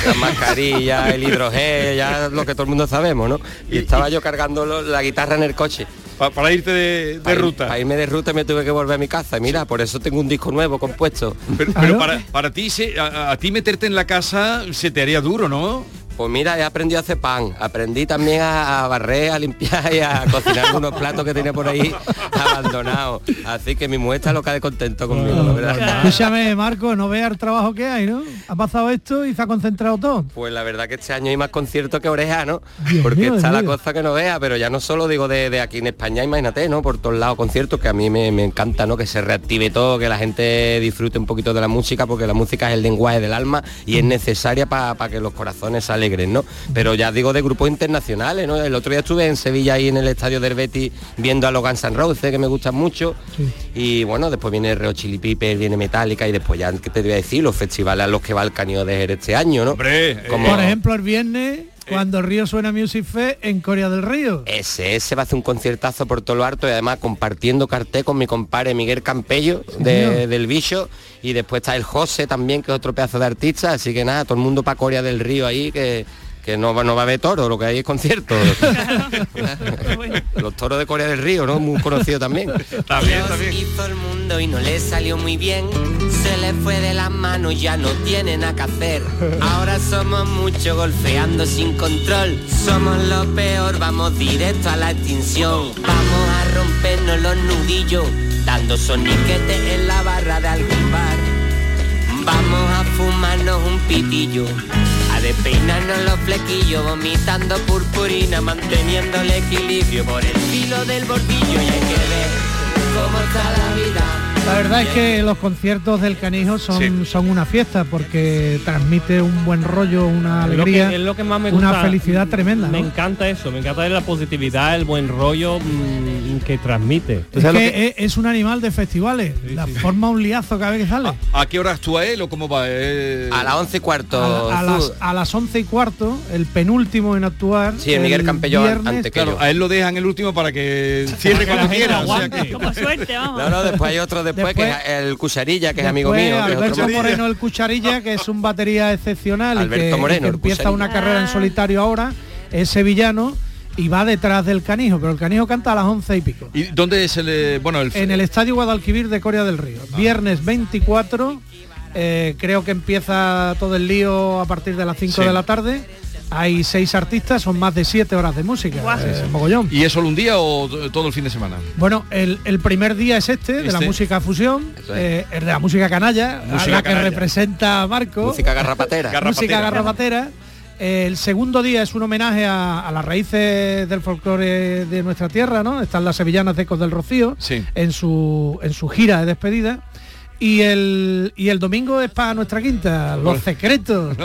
[SPEAKER 19] las mascarillas, el hidrogel, ya lo que todo el mundo sabemos, ¿no? Y estaba yo cargando lo- la guitarra en el coche.
[SPEAKER 7] para irte de,
[SPEAKER 19] ruta. Para irme de ruta me tuve que volver a mi casa. Y mira, por eso tengo un disco nuevo compuesto.
[SPEAKER 7] Pero, pero para, para ti, se- a, a ti meterte en la casa se te haría duro, ¿no?
[SPEAKER 19] Pues mira, he aprendido a hacer pan, aprendí también a, a barrer, a limpiar y a cocinar unos platos que tenía por ahí abandonados. Así que mi mujer está loca de contento conmigo, la verdad.
[SPEAKER 13] Escúchame, Marco, no veas el trabajo que hay, ¿no? Ha pasado esto y se ha concentrado todo.
[SPEAKER 19] Pues la verdad que este año hay más conciertos que oreja, ¿no? Porque
[SPEAKER 13] mío,
[SPEAKER 19] está
[SPEAKER 13] Dios
[SPEAKER 19] la
[SPEAKER 13] mío.
[SPEAKER 19] cosa que no vea, pero ya no solo digo de, de aquí en España, imagínate, ¿no? Por todos lados conciertos que a mí me, me encanta, ¿no? Que se reactive todo, que la gente disfrute un poquito de la música, porque la música es el lenguaje del alma y
[SPEAKER 13] Mm.
[SPEAKER 19] es necesaria para que los corazones se alegren, ¿no? Pero ya digo de grupos internacionales, ¿no? El otro día estuve en Sevilla ahí en el estadio del Betis viendo a los Guns N' Roses, que me gustan mucho. Y bueno, después viene Reo Chili Peppers, viene Metallica y después ya, ¿qué te voy a decir? Los festivales a los que va el Canio de Jerez este año, ¿no? Como-
[SPEAKER 13] Por ejemplo, el viernes, cuando Río suena Music Fest en Corea del Río.
[SPEAKER 19] Ese, ese va a hacer un conciertazo por todo lo harto y además compartiendo cartel con mi compadre Miguel Campello de-
[SPEAKER 13] señor.
[SPEAKER 19] del Bicho y después está el José también que es otro pedazo de artista, así que nada, todo el mundo para Corea del Río ahí que, que no, va- no va a haber toro, lo que hay es conciertos. Los toros de Corea del Río, ¿no? Muy conocido también.
[SPEAKER 4] Hizo el mundo y no le salió muy bien. Se le fue de las manos, ya no tiene nada que hacer. Ahora somos muchos golfeando sin control. Somos lo peor, vamos directo a la extinción. Vamos a rompernos los nudillos, dando soniquetes en la barra de algún bar. Vamos a fumarnos un pitillo, a despeinarnos los flequillos, vomitando purpurina, manteniendo el equilibrio por el filo del bordillo y hay que ver cómo está la vida.
[SPEAKER 13] La verdad es que los conciertos del Canijo son, son una fiesta porque transmite un buen rollo, una
[SPEAKER 9] Es lo
[SPEAKER 13] alegría,
[SPEAKER 9] que- es lo que más me
[SPEAKER 13] una
[SPEAKER 9] gusta.
[SPEAKER 13] felicidad tremenda.
[SPEAKER 9] Me
[SPEAKER 13] ¿no?
[SPEAKER 9] encanta eso, me encanta la positividad, el buen rollo mm, que transmite.
[SPEAKER 13] Es, que es- es un animal de festivales, la forma un liazo cada vez que sale.
[SPEAKER 7] ¿A qué hora actúa él o cómo va?
[SPEAKER 19] A las once y cuarto.
[SPEAKER 13] A las, a las once y cuarto, el penúltimo en actuar. viernes-
[SPEAKER 7] Claro, a él lo dejan el último para que cierre cuando quiera. o sea que-
[SPEAKER 19] No, no, después hay otro después, que es el Cucharilla, que es amigo
[SPEAKER 13] Después,
[SPEAKER 19] mío. que es otro
[SPEAKER 13] pues, Alberto
[SPEAKER 19] más.
[SPEAKER 13] Moreno el Cucharilla, que es un batería excepcional y
[SPEAKER 19] Alberto
[SPEAKER 13] que,
[SPEAKER 19] Moreno,
[SPEAKER 13] y que
[SPEAKER 19] el
[SPEAKER 13] empieza
[SPEAKER 19] Cucharilla.
[SPEAKER 13] una carrera en solitario ahora, es sevillano y va detrás del canijo, pero el canijo canta a las once y pico.
[SPEAKER 7] ¿Y dónde es el eh, bueno el,
[SPEAKER 13] En el Estadio Guadalquivir de Corea del Río, viernes 24, eh, creo que empieza todo el lío a partir de las 5
[SPEAKER 7] Sí.
[SPEAKER 13] de la tarde. Hay seis artistas, son más de siete horas de música. eh, mogollón.
[SPEAKER 7] ¿Y es solo un día o t- todo el fin de semana?
[SPEAKER 13] Bueno, el, el primer día es este, de la
[SPEAKER 7] Este.
[SPEAKER 13] música fusión,
[SPEAKER 7] Eso es.
[SPEAKER 13] eh, el de la música canalla,
[SPEAKER 7] Música
[SPEAKER 13] la que
[SPEAKER 7] canalla.
[SPEAKER 13] representa a Marco.
[SPEAKER 19] Música garrapatera.
[SPEAKER 13] música
[SPEAKER 19] Garrapatera.
[SPEAKER 13] garrapatera. Eh, el segundo día es un homenaje a, a las raíces del folclore de nuestra tierra, ¿no? Están las sevillanas de Ecos del Rocío
[SPEAKER 7] Sí.
[SPEAKER 13] en, su, en su gira de despedida. Y el, y el domingo es para nuestra quinta, Los Secretos.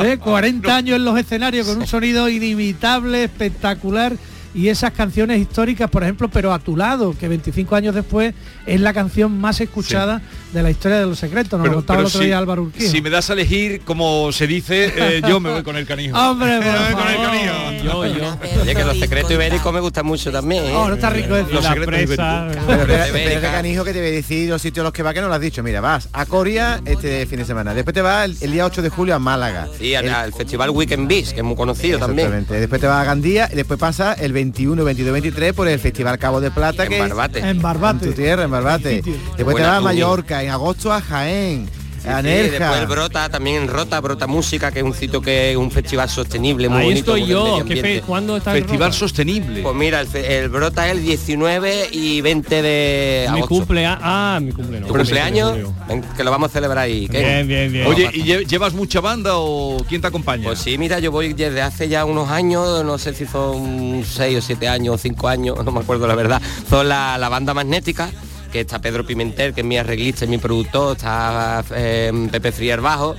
[SPEAKER 13] ¿eh? 40 años en los escenarios con un sonido inimitable, espectacular. Y esas canciones históricas, por ejemplo, pero a tu lado, que 25 años después es la canción más escuchada de la historia de los secretos. Nos lo contaba el otro
[SPEAKER 7] si,
[SPEAKER 13] día Álvaro Urquía.
[SPEAKER 7] si me das a elegir, como se dice, eh, yo me voy con el canijo.
[SPEAKER 13] Hombre, por
[SPEAKER 10] Eh,
[SPEAKER 9] Yo,
[SPEAKER 19] yo. Oye, que los secretos ibéricos me gustan mucho también.
[SPEAKER 10] Oh,
[SPEAKER 9] Oh,
[SPEAKER 19] ¿eh?
[SPEAKER 10] Los secretos ibéricos. Pero, espera,
[SPEAKER 19] Los de
[SPEAKER 10] pero este
[SPEAKER 19] Beca.
[SPEAKER 10] canijo que te voy a decir los sitios a los que va que no lo has dicho. Mira, vas a Corea este fin de semana. Después te vas el, el día 8 de julio a Málaga.
[SPEAKER 19] Sí, al, al festival Weekend Beast, que es muy conocido también.
[SPEAKER 10] Exactamente. Después te vas a Gandía y después pasa el 21, 22, 23 por el Festival Cabo de Plata. que es-
[SPEAKER 19] Barbate.
[SPEAKER 10] En
[SPEAKER 13] Barbate.
[SPEAKER 10] tu tierra, en Barbate. Después te
[SPEAKER 19] Buena
[SPEAKER 10] vas a
[SPEAKER 19] tú.
[SPEAKER 10] Mallorca, en agosto a Jaén, a
[SPEAKER 19] Sí, después
[SPEAKER 10] Nerja.
[SPEAKER 19] el Brota, también en Rota, Brota Música, que es un sitio que es un festival sostenible, muy
[SPEAKER 9] Ahí
[SPEAKER 19] bonito.
[SPEAKER 9] estoy
[SPEAKER 19] muy del
[SPEAKER 9] yo,
[SPEAKER 19] medio
[SPEAKER 9] ¿qué fe-
[SPEAKER 19] ambiente.
[SPEAKER 9] cuándo está el Festival Rota?
[SPEAKER 7] sostenible.
[SPEAKER 19] Pues mira, el, fe- el Brota es el 19 y 20 de
[SPEAKER 9] mi
[SPEAKER 19] agosto.
[SPEAKER 9] cumpleaños. Ah, mi cumpleaños.
[SPEAKER 19] ¿Tu cumpleaños? Ven, que lo vamos a celebrar ahí. ¿qué?
[SPEAKER 9] Bien, bien, bien.
[SPEAKER 7] Oye, ¿y lle- llevas mucha banda o quién te acompaña?
[SPEAKER 19] Pues sí, mira, yo voy desde hace ya unos años, no sé si son 6 o 7 años o 5 años, no me acuerdo la verdad, son la, la banda magnética, que está Pedro Pimentel, que es mi arreglista y mi productor, está eh, Pepe Friar Bajo,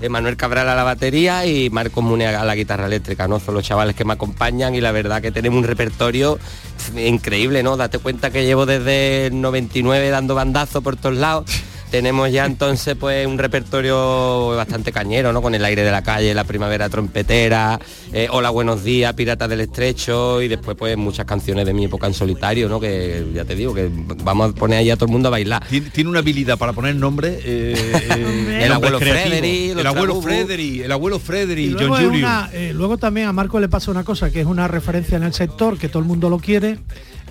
[SPEAKER 19] eh, Manuel Cabral a la batería y Marcos Mune a la guitarra eléctrica, ¿no? Son los chavales que me acompañan y la verdad que tenemos un repertorio pf, increíble, ¿no? Date cuenta que llevo desde el 99 dando bandazo por todos lados. Tenemos ya entonces pues un repertorio bastante cañero, ¿no? Con el aire de la calle, la primavera trompetera, eh, Hola Buenos Días, Pirata del Estrecho y después pues muchas canciones de mi época en solitario, ¿no? Que ya te digo, que vamos a poner ahí a todo el mundo a bailar.
[SPEAKER 7] Tiene, tiene una habilidad para poner nombre. eh, eh,
[SPEAKER 19] El
[SPEAKER 7] nombre
[SPEAKER 19] abuelo
[SPEAKER 7] creativo.
[SPEAKER 19] Frederick, uh. los
[SPEAKER 7] el abuelo
[SPEAKER 19] Trabubu.
[SPEAKER 7] Frederick, el abuelo
[SPEAKER 13] Y
[SPEAKER 7] Frederick,
[SPEAKER 13] luego,
[SPEAKER 7] John
[SPEAKER 13] es
[SPEAKER 7] Julius.
[SPEAKER 13] una, eh, luego también a Marco le pasa una cosa que es una referencia en el sector que todo el mundo lo quiere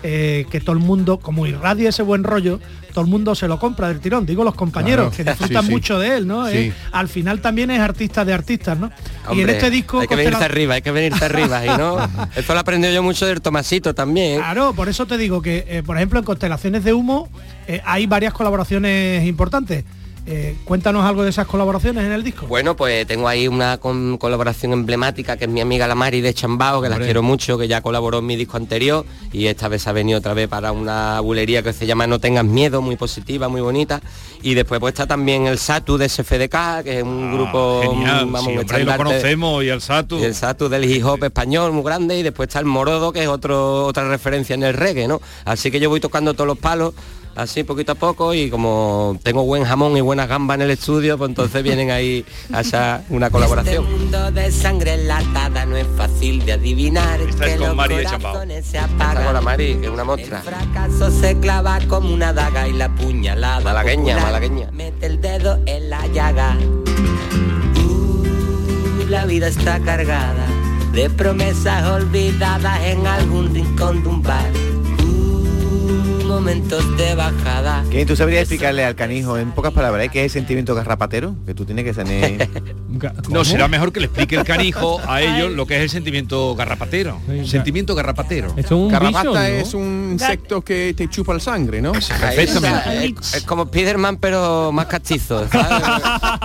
[SPEAKER 13] eh, que todo el mundo como irradia ese buen rollo todo el mundo se lo compra del tirón digo los compañeros
[SPEAKER 10] Claro.
[SPEAKER 13] que disfrutan
[SPEAKER 10] Sí, sí.
[SPEAKER 13] mucho de él no
[SPEAKER 10] Sí.
[SPEAKER 13] Eh, al final también es artista de artistas no y en
[SPEAKER 19] Hombre,
[SPEAKER 13] este disco
[SPEAKER 19] hay que venirte
[SPEAKER 13] Constela-
[SPEAKER 19] arriba, hay que venirte arriba, y no. Esto lo aprendió yo mucho del Tomasito también.
[SPEAKER 13] Claro, por eso te digo que, eh, por ejemplo, en Constelaciones de Humo eh, hay varias colaboraciones importantes. Eh, cuéntanos algo de esas colaboraciones en el disco.
[SPEAKER 19] Bueno, pues tengo ahí una con- colaboración emblemática que es mi amiga la Mari de Chambao, que la quiero mucho, que ya colaboró en mi disco anterior y esta vez ha venido otra vez para una bulería que se llama No tengas miedo, muy positiva, muy bonita. Y después pues está también el Satu de SFDK, que es un grupo
[SPEAKER 7] Genial,
[SPEAKER 19] un- vamos, un
[SPEAKER 7] sí, hombre, lo
[SPEAKER 19] estandarte
[SPEAKER 7] conocemos y al Satu.
[SPEAKER 19] y el Satu del hip hop español muy grande y después está el Morodo, que es otro, otra referencia en el reggae, ¿no? Así que yo voy tocando todos los palos, así poquito a poco, y como tengo buen jamón y buenas gambas en el estudio, pues entonces vienen ahí a esa una colaboración.
[SPEAKER 4] Este mundo de sangre enlatada no es fácil de adivinar.
[SPEAKER 19] Esta es
[SPEAKER 4] que
[SPEAKER 19] con
[SPEAKER 4] los
[SPEAKER 19] Mari de Chambao.
[SPEAKER 4] corazones se
[SPEAKER 19] Está
[SPEAKER 4] apagan.
[SPEAKER 19] con la Mari, que es una mostra.
[SPEAKER 4] Caso se clava como una daga y la puñalada.
[SPEAKER 19] Malagueña,
[SPEAKER 4] popular
[SPEAKER 19] malagueña.
[SPEAKER 4] Mete el dedo en la llaga. Uh, la vida está cargada de promesas olvidadas en algún rincón de un bar. Uh, momentos de bajada.
[SPEAKER 10] ¿Qué? ¿Tú sabrías explicarle al canijo en pocas palabras ¿eh? qué es sentimiento garrapatero? Que tú tienes que tener...
[SPEAKER 7] No, será mejor que le explique el canijo a ellos lo que es el sentimiento garrapatero. Sentimiento garrapatero.
[SPEAKER 6] Carrapata es un insecto que te chupa la sangre, ¿no?
[SPEAKER 19] Ahí está, Pues, Es, es como Spiderman pero más castizo, ¿sabes?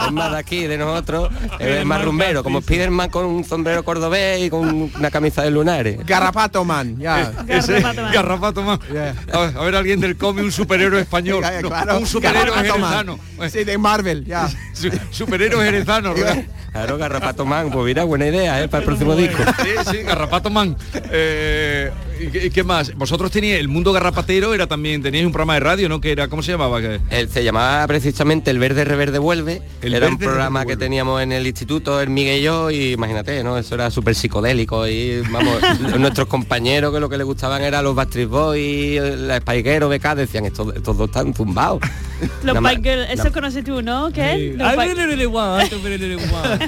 [SPEAKER 19] es más de aquí, de nosotros, es más rumbero, como Spiderman con un sombrero cordobés y con una camisa de lunares.
[SPEAKER 6] Garrapato man, ya.
[SPEAKER 7] Eh, Ese- Garrapato man. A, ver, a ver, alguien del cómic, un superhéroe español.
[SPEAKER 6] Ya, ya,
[SPEAKER 7] No,
[SPEAKER 6] claro.
[SPEAKER 7] un superhéroe
[SPEAKER 6] Garrapato Man.
[SPEAKER 7] jerezano. Eh.
[SPEAKER 6] Sí, de Marvel, ya.
[SPEAKER 7] Su- superhéroe jerezano. ¿verdad?
[SPEAKER 19] Claro, Garrapato Man, pues mira, buena idea, ¿eh? Para el próximo disco.
[SPEAKER 7] Sí, sí, Garrapato Man. Eh, ¿y qué- y qué más? Vosotros teníais, el mundo garrapatero era también, teníais un programa de radio, ¿no? Que era, ¿cómo se llamaba? Que-
[SPEAKER 19] Él se llamaba precisamente El Verde Reverde Vuelve.
[SPEAKER 7] El
[SPEAKER 19] era un
[SPEAKER 7] Verde
[SPEAKER 19] programa que teníamos en el instituto, el Miguel y yo, y imagínate, ¿no? Eso era súper psicodélico. Y vamos, nuestros compañeros que lo que les gustaban era los Backstreet Boys, la Spikero, BK, decían, estos, estos dos están zumbados.
[SPEAKER 8] Los
[SPEAKER 19] Nada más-
[SPEAKER 8] Bike Girls, eso
[SPEAKER 19] nada-
[SPEAKER 8] conoces tú, ¿no? ¿Qué?
[SPEAKER 9] I
[SPEAKER 8] Los Bike-
[SPEAKER 9] really, really want to be really want.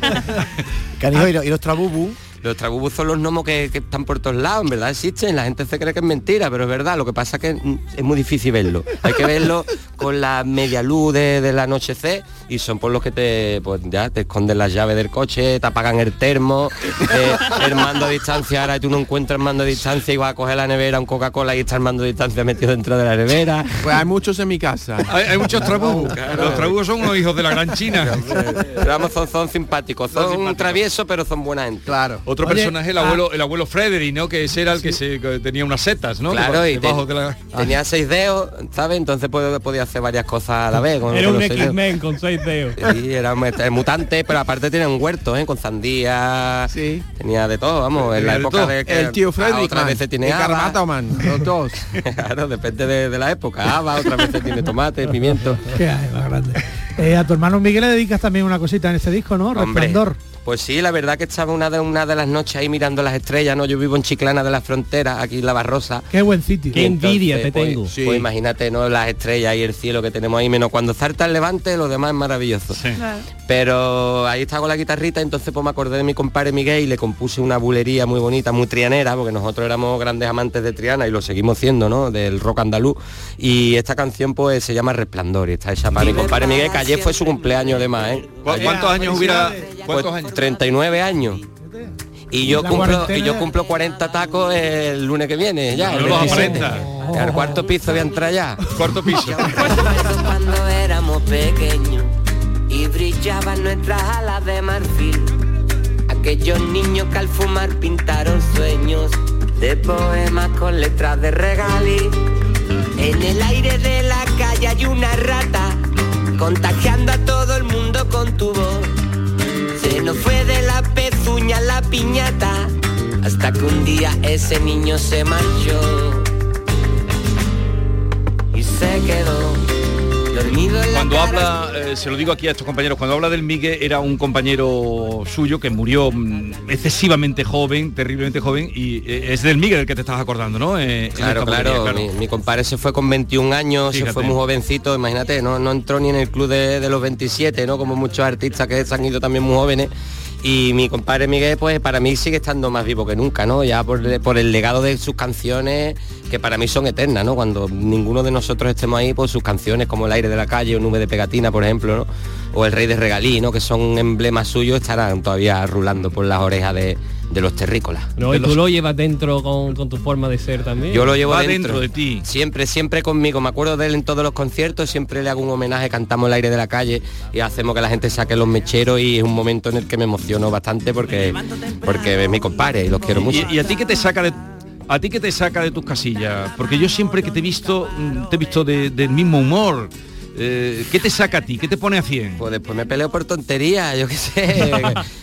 [SPEAKER 10] Canijo, ¿y los, y los trabubu?
[SPEAKER 19] Los trabubus son los gnomos que, que están por todos lados, en verdad existen, la gente se cree que es mentira, pero es verdad, lo que pasa es que mm, es muy difícil verlo. Hay que verlo con la media luz de, del anochecer y son por los que te pues ya te esconden las llaves del coche, te apagan el termo, eh, el mando a distancia, ahora tú no encuentras el mando a distancia y vas a coger la nevera un Coca-Cola y está el mando a distancia metido dentro de la nevera.
[SPEAKER 6] Pues hay muchos en mi casa.
[SPEAKER 7] Hay, hay muchos trabujos. Los trabujos son unos hijos de la gran China.
[SPEAKER 19] Pero vamos, son, son simpáticos, son, traviesos, pero son buena gente.
[SPEAKER 6] Claro.
[SPEAKER 7] Otro
[SPEAKER 19] Oye,
[SPEAKER 7] personaje, el
[SPEAKER 19] ah.
[SPEAKER 7] abuelo, el abuelo Frederick, ¿no? Que ese era el que, se, que tenía unas setas, ¿no?
[SPEAKER 19] Claro,
[SPEAKER 7] Deba-
[SPEAKER 19] y
[SPEAKER 7] debajo
[SPEAKER 19] te-
[SPEAKER 7] de la-
[SPEAKER 19] tenía seis dedos, ¿sabes? Entonces pod- podía hacer varias cosas a la vez. con-
[SPEAKER 9] Era
[SPEAKER 19] con
[SPEAKER 9] un
[SPEAKER 19] los seis dedos.
[SPEAKER 9] X-Men con seis dedos.
[SPEAKER 19] Sí, era un era mutante, pero aparte tenía un huerto, ¿eh? Con sandía. Tenía de todo, vamos. En
[SPEAKER 6] Tenía
[SPEAKER 19] la
[SPEAKER 6] de
[SPEAKER 19] época
[SPEAKER 6] todo.
[SPEAKER 19] de que
[SPEAKER 6] El tío
[SPEAKER 19] ah,
[SPEAKER 6] Frederick,
[SPEAKER 19] Otras
[SPEAKER 6] man.
[SPEAKER 19] veces tiene
[SPEAKER 6] El
[SPEAKER 19] haba.
[SPEAKER 6] Garrapato, man. Los dos.
[SPEAKER 19] claro, depende de, de la época. Haba, otras veces tiene tomate, pimiento.
[SPEAKER 13] Qué alma grande. Eh, a tu hermano Miguel le dedicas también una cosita en este disco, ¿no?
[SPEAKER 19] Hombre.
[SPEAKER 13] Resplandor.
[SPEAKER 19] Pues sí, la verdad que estaba una de una de las noches ahí mirando las estrellas, ¿no? Yo vivo en Chiclana de la Frontera, aquí en La Barrosa.
[SPEAKER 13] Qué buen sitio.
[SPEAKER 19] Y entonces, pues, Pues imagínate, ¿no? Las estrellas y el cielo que tenemos ahí, menos cuando salta el levante, lo demás es maravilloso. Pero ahí estaba con la guitarrita, entonces pues me acordé de mi compadre Miguel y le compuse una bulería muy bonita, muy trianera, porque nosotros éramos grandes amantes de Triana y lo seguimos siendo, ¿no? Del rock andaluz. Y esta canción pues se llama Resplandor y está hecha para mi compadre Miguel, que ayer fue su cumpleaños además, ¿eh?
[SPEAKER 7] ¿Cu-
[SPEAKER 19] Ayer.
[SPEAKER 7] ¿Cuántos años hubiera?
[SPEAKER 19] Pues, 39 años. Y yo
[SPEAKER 7] La
[SPEAKER 19] cumplo
[SPEAKER 7] cuarentena-
[SPEAKER 19] y yo cumplo 40 tacos el lunes que viene, ya. el
[SPEAKER 7] No los
[SPEAKER 19] 27.
[SPEAKER 7] aparenta.
[SPEAKER 19] Que Al cuarto piso voy a entrar ya.
[SPEAKER 7] Cuarto piso.
[SPEAKER 4] cuando éramos pequeños y brillaban nuestras alas de marfil. Aquellos niños que al fumar pintaron sueños de poemas con letras de regalí. En el aire de la calle hay una rata contagiando a todo el mundo con tu voz. Se nos fue de la pezuña la piñata hasta que un día ese niño se marchó y se quedó dormido en la
[SPEAKER 7] Cuando
[SPEAKER 4] cara.
[SPEAKER 7] habla, eh, se lo digo aquí a estos compañeros, cuando habla del Miguel era un compañero suyo que murió mm, excesivamente joven, terriblemente joven, y eh, es del Miguel el que te estás acordando, ¿no? Eh, en
[SPEAKER 19] Claro,
[SPEAKER 7] esta bulería,
[SPEAKER 19] claro, Mi, mi compadre se fue con 21 años,
[SPEAKER 7] Fíjate.
[SPEAKER 19] se fue muy jovencito, imagínate, no, no entró ni en el club de, de los 27, ¿no? Como muchos artistas que se han ido también muy jóvenes. Y mi compadre Miguel, pues para mí sigue estando más vivo que nunca, ¿no? Ya por, por el legado de sus canciones, que para mí son eternas, ¿no? Cuando ninguno de nosotros estemos ahí, pues sus canciones como El aire de la calle o Nube de pegatina, por ejemplo, ¿no? O El rey de regalí, ¿no? Que son emblemas suyos, estarán todavía rulando por las orejas de, de los terrícolas.
[SPEAKER 9] No,
[SPEAKER 19] De
[SPEAKER 9] y tú
[SPEAKER 19] los-
[SPEAKER 9] lo llevas dentro con, con tu forma de ser también.
[SPEAKER 19] Yo lo llevo
[SPEAKER 9] Va
[SPEAKER 19] dentro. de ti. Siempre, siempre conmigo. Me acuerdo de él en todos los conciertos, siempre le hago un homenaje, cantamos el aire de la calle y hacemos que la gente saque los mecheros y es un momento en el que me emociono bastante porque porque es mi compadre y los quiero mucho.
[SPEAKER 7] ¿Y, y a ti qué te saca de a ti qué te saca de tus casillas? Porque yo siempre que te he visto, mm, te he visto de- del mismo humor. Eh, ¿Qué te saca a ti? ¿Qué te pone a 100?
[SPEAKER 19] Pues después me peleo por tonterías, yo qué sé,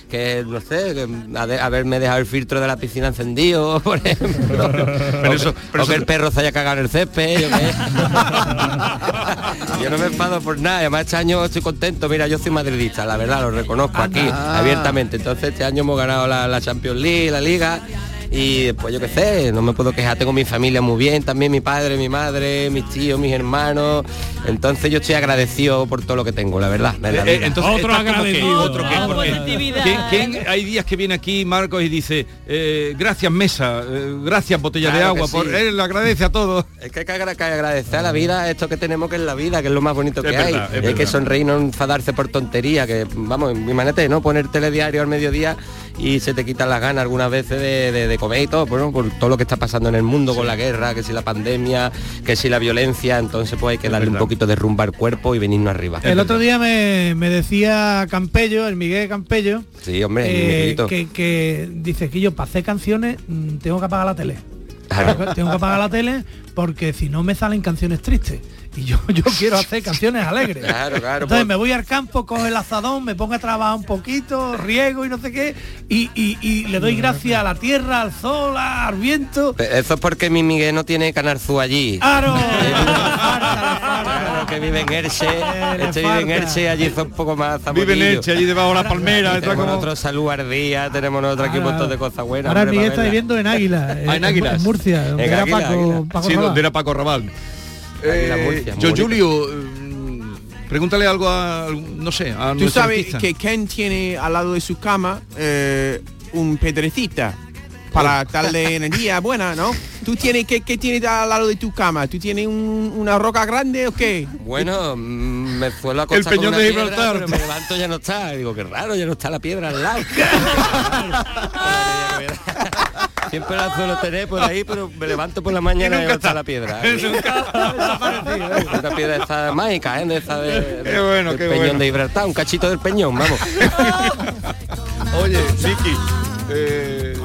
[SPEAKER 19] que, que, no sé, que a de- haberme dejado el filtro de la piscina encendido, por ejemplo. o, que- o que el perro se haya cagado en el césped, yo qué- Yo no me enfado por nada, y además este año estoy contento, mira, yo soy madridista, la verdad, lo reconozco aquí, abiertamente. Entonces este año hemos ganado la, la Champions League, la Liga. Y después yo qué sé, no me puedo quejar, tengo mi familia muy bien, también mi padre, mi madre, mis tíos, mis hermanos. Entonces yo estoy agradecido por todo lo que tengo, la verdad. de la
[SPEAKER 7] Eh, eh,
[SPEAKER 19] vida.
[SPEAKER 7] entonces, estás como que- otro que- porque- ¿Quién- quién- hay días que viene aquí Marcos y dice, eh, gracias mesa, eh, gracias botella de
[SPEAKER 19] Claro que
[SPEAKER 7] agua, por,
[SPEAKER 19] sí.
[SPEAKER 7] él le agradece a todos.
[SPEAKER 19] Es que hay que agra- que agradecer a la vida esto que tenemos que es la vida, que es lo más bonito
[SPEAKER 7] Es
[SPEAKER 19] que
[SPEAKER 7] verdad, es
[SPEAKER 19] hay. Y hay
[SPEAKER 7] verdad.
[SPEAKER 19] que sonreír, no enfadarse por tontería, que vamos, imagínate, ¿no? Poner telediario al mediodía y se te quitan las ganas algunas veces de, de- de comer y todo, bueno, por todo lo que está pasando en el mundo, con la guerra, que si la pandemia, que si la violencia, entonces pues hay que darle un poquito de rumba al cuerpo y venirnos arriba.
[SPEAKER 13] El otro día me, me decía Campello, el Miguel Campello,
[SPEAKER 19] Sí, hombre,
[SPEAKER 13] eh,
[SPEAKER 19] Miguelito.
[SPEAKER 13] que, que dice que yo para hacer canciones mm, tengo que apagar la tele. Tengo- Tengo que apagar la tele porque si no me salen canciones tristes. Y yo, yo quiero hacer canciones alegres.
[SPEAKER 19] Claro, claro,
[SPEAKER 13] Entonces
[SPEAKER 19] pues-
[SPEAKER 13] me voy al campo, cojo el azadón, me pongo a trabajar un poquito, riego y no sé qué, y, y- y le doy gracias a la tierra, al sol, al viento.
[SPEAKER 19] Eso es porque mi Miguel no tiene canarzú allí.
[SPEAKER 13] ¡Claro!
[SPEAKER 19] Claro, que vive en Erche, este vive en Erche, allí son un poco más
[SPEAKER 7] Vive en Elche, allí debajo de las palmeras, está
[SPEAKER 19] Tenemos
[SPEAKER 7] como-
[SPEAKER 19] nosotros salud ardía, tenemos nosotros aquí un montón de cosas buenas.
[SPEAKER 13] Ahora
[SPEAKER 19] hombre, Ah, para
[SPEAKER 13] Miguel está
[SPEAKER 19] verla.
[SPEAKER 13] viviendo en Águila, eh, en, en
[SPEAKER 19] Águilas.
[SPEAKER 13] Murcia, donde
[SPEAKER 19] En
[SPEAKER 13] era
[SPEAKER 19] Eh, Águila,
[SPEAKER 13] Paco,
[SPEAKER 19] Águila.
[SPEAKER 13] Paco
[SPEAKER 7] Sí,
[SPEAKER 13] Rabal.
[SPEAKER 7] donde era Paco Rabal.
[SPEAKER 6] Águila,
[SPEAKER 7] Eh,
[SPEAKER 6] Murcia, muy
[SPEAKER 7] yo,
[SPEAKER 6] bonito.
[SPEAKER 7] Julio, mm, pregúntale algo a, no sé, a
[SPEAKER 6] Tú
[SPEAKER 7] nuestro
[SPEAKER 6] sabes
[SPEAKER 7] artista.
[SPEAKER 6] que Ken tiene al lado de su cama eh, un pedrecita para
[SPEAKER 7] Oh.
[SPEAKER 6] darle energía buena, ¿no? Tú tienes que qué tienes al lado de tu cama. ¿Tú tienes un- una roca grande o qué?
[SPEAKER 19] Bueno, mm, me suelo acostar con
[SPEAKER 6] Peñón
[SPEAKER 19] una
[SPEAKER 6] de
[SPEAKER 19] piedra,
[SPEAKER 6] Gibraltar.
[SPEAKER 19] pero me levanto y ya no está. Digo, qué raro, ya no está la piedra al lado. Siempre la suelo tener por ahí, pero me levanto por la mañana y,
[SPEAKER 4] nunca
[SPEAKER 19] no está
[SPEAKER 4] está.
[SPEAKER 19] la piedra. Una piedra está mágica, ¿eh? De esa de,
[SPEAKER 4] Qué bueno,
[SPEAKER 19] del
[SPEAKER 4] qué
[SPEAKER 19] peñón
[SPEAKER 4] bueno.
[SPEAKER 19] de Gibraltar, un cachito del peñón, vamos.
[SPEAKER 7] Oye, Vicky.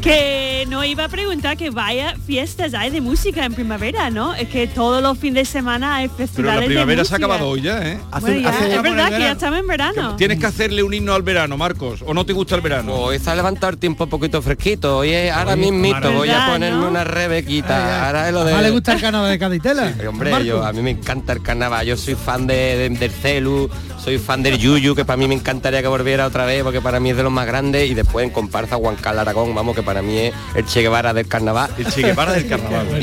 [SPEAKER 8] Que no iba a preguntar que vaya fiestas hay de música en primavera, ¿no? Es que todos los fines de semana hay
[SPEAKER 7] Pero
[SPEAKER 8] festivales
[SPEAKER 7] la primavera
[SPEAKER 8] de
[SPEAKER 7] se ha
[SPEAKER 8] música.
[SPEAKER 7] acabado hoy ya, ¿eh?
[SPEAKER 8] Bueno, ya, es verdad que ya estamos en verano.
[SPEAKER 7] Tienes que hacerle un himno al verano, Marcos, o no te gusta el verano.
[SPEAKER 19] Hoy se ha levantado el tiempo un poquito fresquito. Hoy es ahora mismito, voy a
[SPEAKER 13] ¿Verdad,
[SPEAKER 19] ponerme
[SPEAKER 13] no?
[SPEAKER 19] una rebequita. Ahora es lo
[SPEAKER 13] Ah, le
[SPEAKER 19] de.
[SPEAKER 13] gusta el carnaval de Caditela.
[SPEAKER 19] Sí, hombre, yo, a mí me encanta el carnaval. Yo soy fan de, de- del Celu, soy fan del Yuyu, que para mí me encantaría que volviera otra vez, porque para mí es de los más grandes. Y después en comparsa Juan Carlos Aragón, vamos, que para mí es el Che Guevara del carnaval. El
[SPEAKER 7] Che Guevara del carnaval.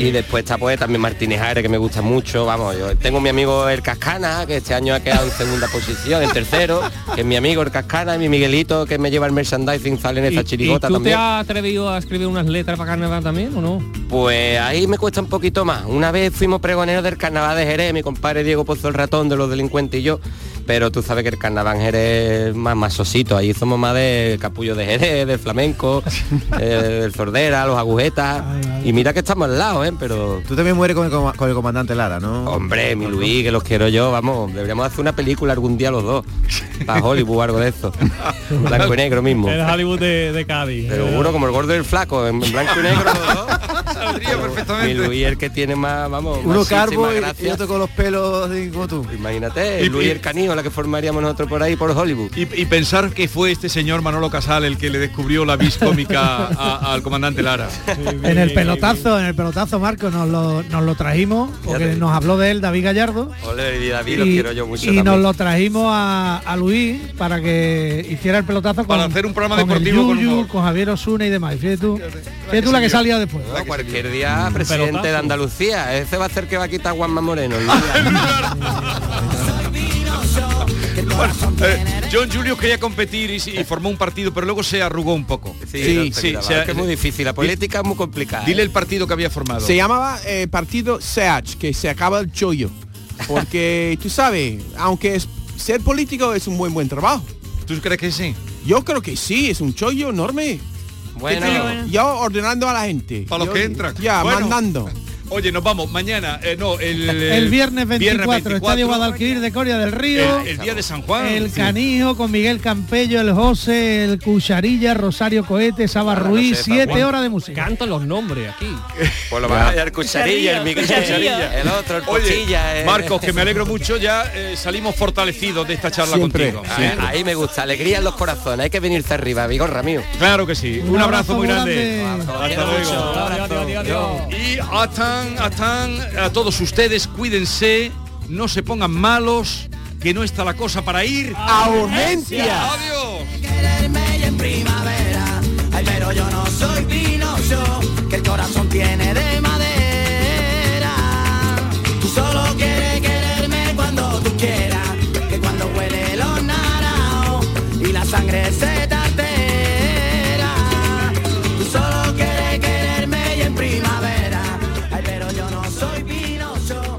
[SPEAKER 19] y después está pues también Martínez Aire, que me gusta mucho. Vamos, yo tengo mi amigo el Cascana, que este año ha quedado en segunda posición, en tercero, que es mi amigo el Cascana, y mi Miguelito, que me lleva el merchandising, sale en esta
[SPEAKER 9] ¿Y
[SPEAKER 19] chirigota
[SPEAKER 9] tú
[SPEAKER 19] también.
[SPEAKER 9] te has atrevido a escribir unas letras para carnaval también o no?
[SPEAKER 19] Pues ahí me cuesta un poquito más. Una vez fuimos pregoneros del carnaval de Jerez, mi compadre Diego Pozo el ratón de los delincuentes y yo, pero tú sabes que el carnaval en Jerez es más masosito, ahí somos más de capullo de Jerez, del flamenco, eh, del sordera, los agujetas. Y mira que estamos al lado, ¿eh? Pero
[SPEAKER 10] Tú también mueres con el, coma- con el comandante Lara, ¿no?
[SPEAKER 19] hombre, mi Luis, que los quiero yo, vamos, deberíamos hacer una película algún día los dos, para Hollywood o algo de esto. Blanco y negro mismo.
[SPEAKER 9] El Hollywood de, de Cádiz.
[SPEAKER 19] Pero uno como el gordo y el flaco, en blanco
[SPEAKER 9] Ah,
[SPEAKER 19] y negro los dos. Saldría perfectamente. Y Luis el que tiene más, vamos,
[SPEAKER 10] Uno
[SPEAKER 19] más
[SPEAKER 10] carbo
[SPEAKER 19] chiste,
[SPEAKER 10] y,
[SPEAKER 19] más
[SPEAKER 10] y
[SPEAKER 19] gracia.
[SPEAKER 10] otro con los pelos de, como tú.
[SPEAKER 19] Imagínate,
[SPEAKER 7] Y-
[SPEAKER 19] Luis
[SPEAKER 7] y-
[SPEAKER 19] el canijo, la que formaríamos nosotros por ahí, por Hollywood.
[SPEAKER 7] Y, y pensar que fue este señor Manolo Casal el que le descubrió la vis cómica a- al comandante Lara.
[SPEAKER 13] En el pelotazo, en el pelotazo, Marco, nos lo, nos lo trajimos, porque nos habló de él David Gallardo.
[SPEAKER 19] Ole, y David, lo quiero yo mucho
[SPEAKER 13] y nos
[SPEAKER 19] también.
[SPEAKER 13] lo trajimos a, a Luis para que hiciera el pelotazo con,
[SPEAKER 19] Para hacer un programa
[SPEAKER 13] con el
[SPEAKER 19] deportivo con
[SPEAKER 13] Yuyu, con,
[SPEAKER 19] humor.
[SPEAKER 13] Javier Osuna y demás. Y fíjate tú, fíjate tú la que salía después.
[SPEAKER 19] No, cualquier día presidente
[SPEAKER 13] pelotazo.
[SPEAKER 19] de Andalucía. Ese va a ser que va a quitar a Juanma Moreno. Luis.
[SPEAKER 7] Bueno, eh, John Julius quería competir y, sí, y formó un partido, pero luego se arrugó un poco.
[SPEAKER 19] no te quedaba. Es que es muy difícil, la política es muy complicada. ¿eh?
[SPEAKER 7] Dile el partido que había formado.
[SPEAKER 6] Se llamaba eh, partido SEACH, que se acaba el chollo. Porque tú sabes, aunque es- ser político es un buen buen trabajo.
[SPEAKER 7] ¿Tú crees que sí?
[SPEAKER 6] Yo creo que sí, es un chollo enorme.
[SPEAKER 19] Bueno.
[SPEAKER 6] Yo ordenando a la gente.
[SPEAKER 7] Para los
[SPEAKER 6] Yo-
[SPEAKER 7] que entran.
[SPEAKER 6] Ya,
[SPEAKER 7] Bueno.
[SPEAKER 6] mandando.
[SPEAKER 7] Oye, nos vamos mañana. eh, no, el,
[SPEAKER 13] El viernes 24,
[SPEAKER 7] viernes 24,
[SPEAKER 13] Estadio Guadalquivir de Coria del Río.
[SPEAKER 7] El, el día de San Juan.
[SPEAKER 13] El
[SPEAKER 7] Sí.
[SPEAKER 13] Canijo con Miguel Campello, el José, el Cucharilla, Rosario Cohete, Saba
[SPEAKER 9] Ahora no
[SPEAKER 13] Ruiz,
[SPEAKER 9] sé,
[SPEAKER 13] siete
[SPEAKER 9] Juan.
[SPEAKER 13] horas de música.
[SPEAKER 9] Canto los nombres aquí.
[SPEAKER 19] Pues lo van a hallar cucharilla, el Miguel
[SPEAKER 7] Cucharilla.
[SPEAKER 19] Cucharilla, el otro, el
[SPEAKER 7] Oye,
[SPEAKER 19] cuchilla. eh.
[SPEAKER 7] Marcos, que me alegro mucho, ya eh, salimos fortalecidos de esta charla
[SPEAKER 19] Siempre,
[SPEAKER 7] contigo.
[SPEAKER 19] siempre.
[SPEAKER 7] ¿eh?
[SPEAKER 19] Ahí me gusta, alegría en los corazones, hay que venirse arriba, Vigorra mío.
[SPEAKER 7] Claro que sí, un, abrazo, muy grande.
[SPEAKER 19] Hasta
[SPEAKER 7] luego. Y hasta, hasta a todos ustedes, cuídense, no se pongan malos, que no está la cosa para ir
[SPEAKER 5] ¡A urgencias!
[SPEAKER 7] Adiós.
[SPEAKER 5] quererme y en primavera. Ay, pero yo no soy Pinocho, que el corazón tiene de madera. Tú solo quieres quererme cuando tú quieras, que cuando huele los naranjos y la sangre se te altera. Tú solo quieres quererme y en primavera. Ay, pero yo no soy Pinocho.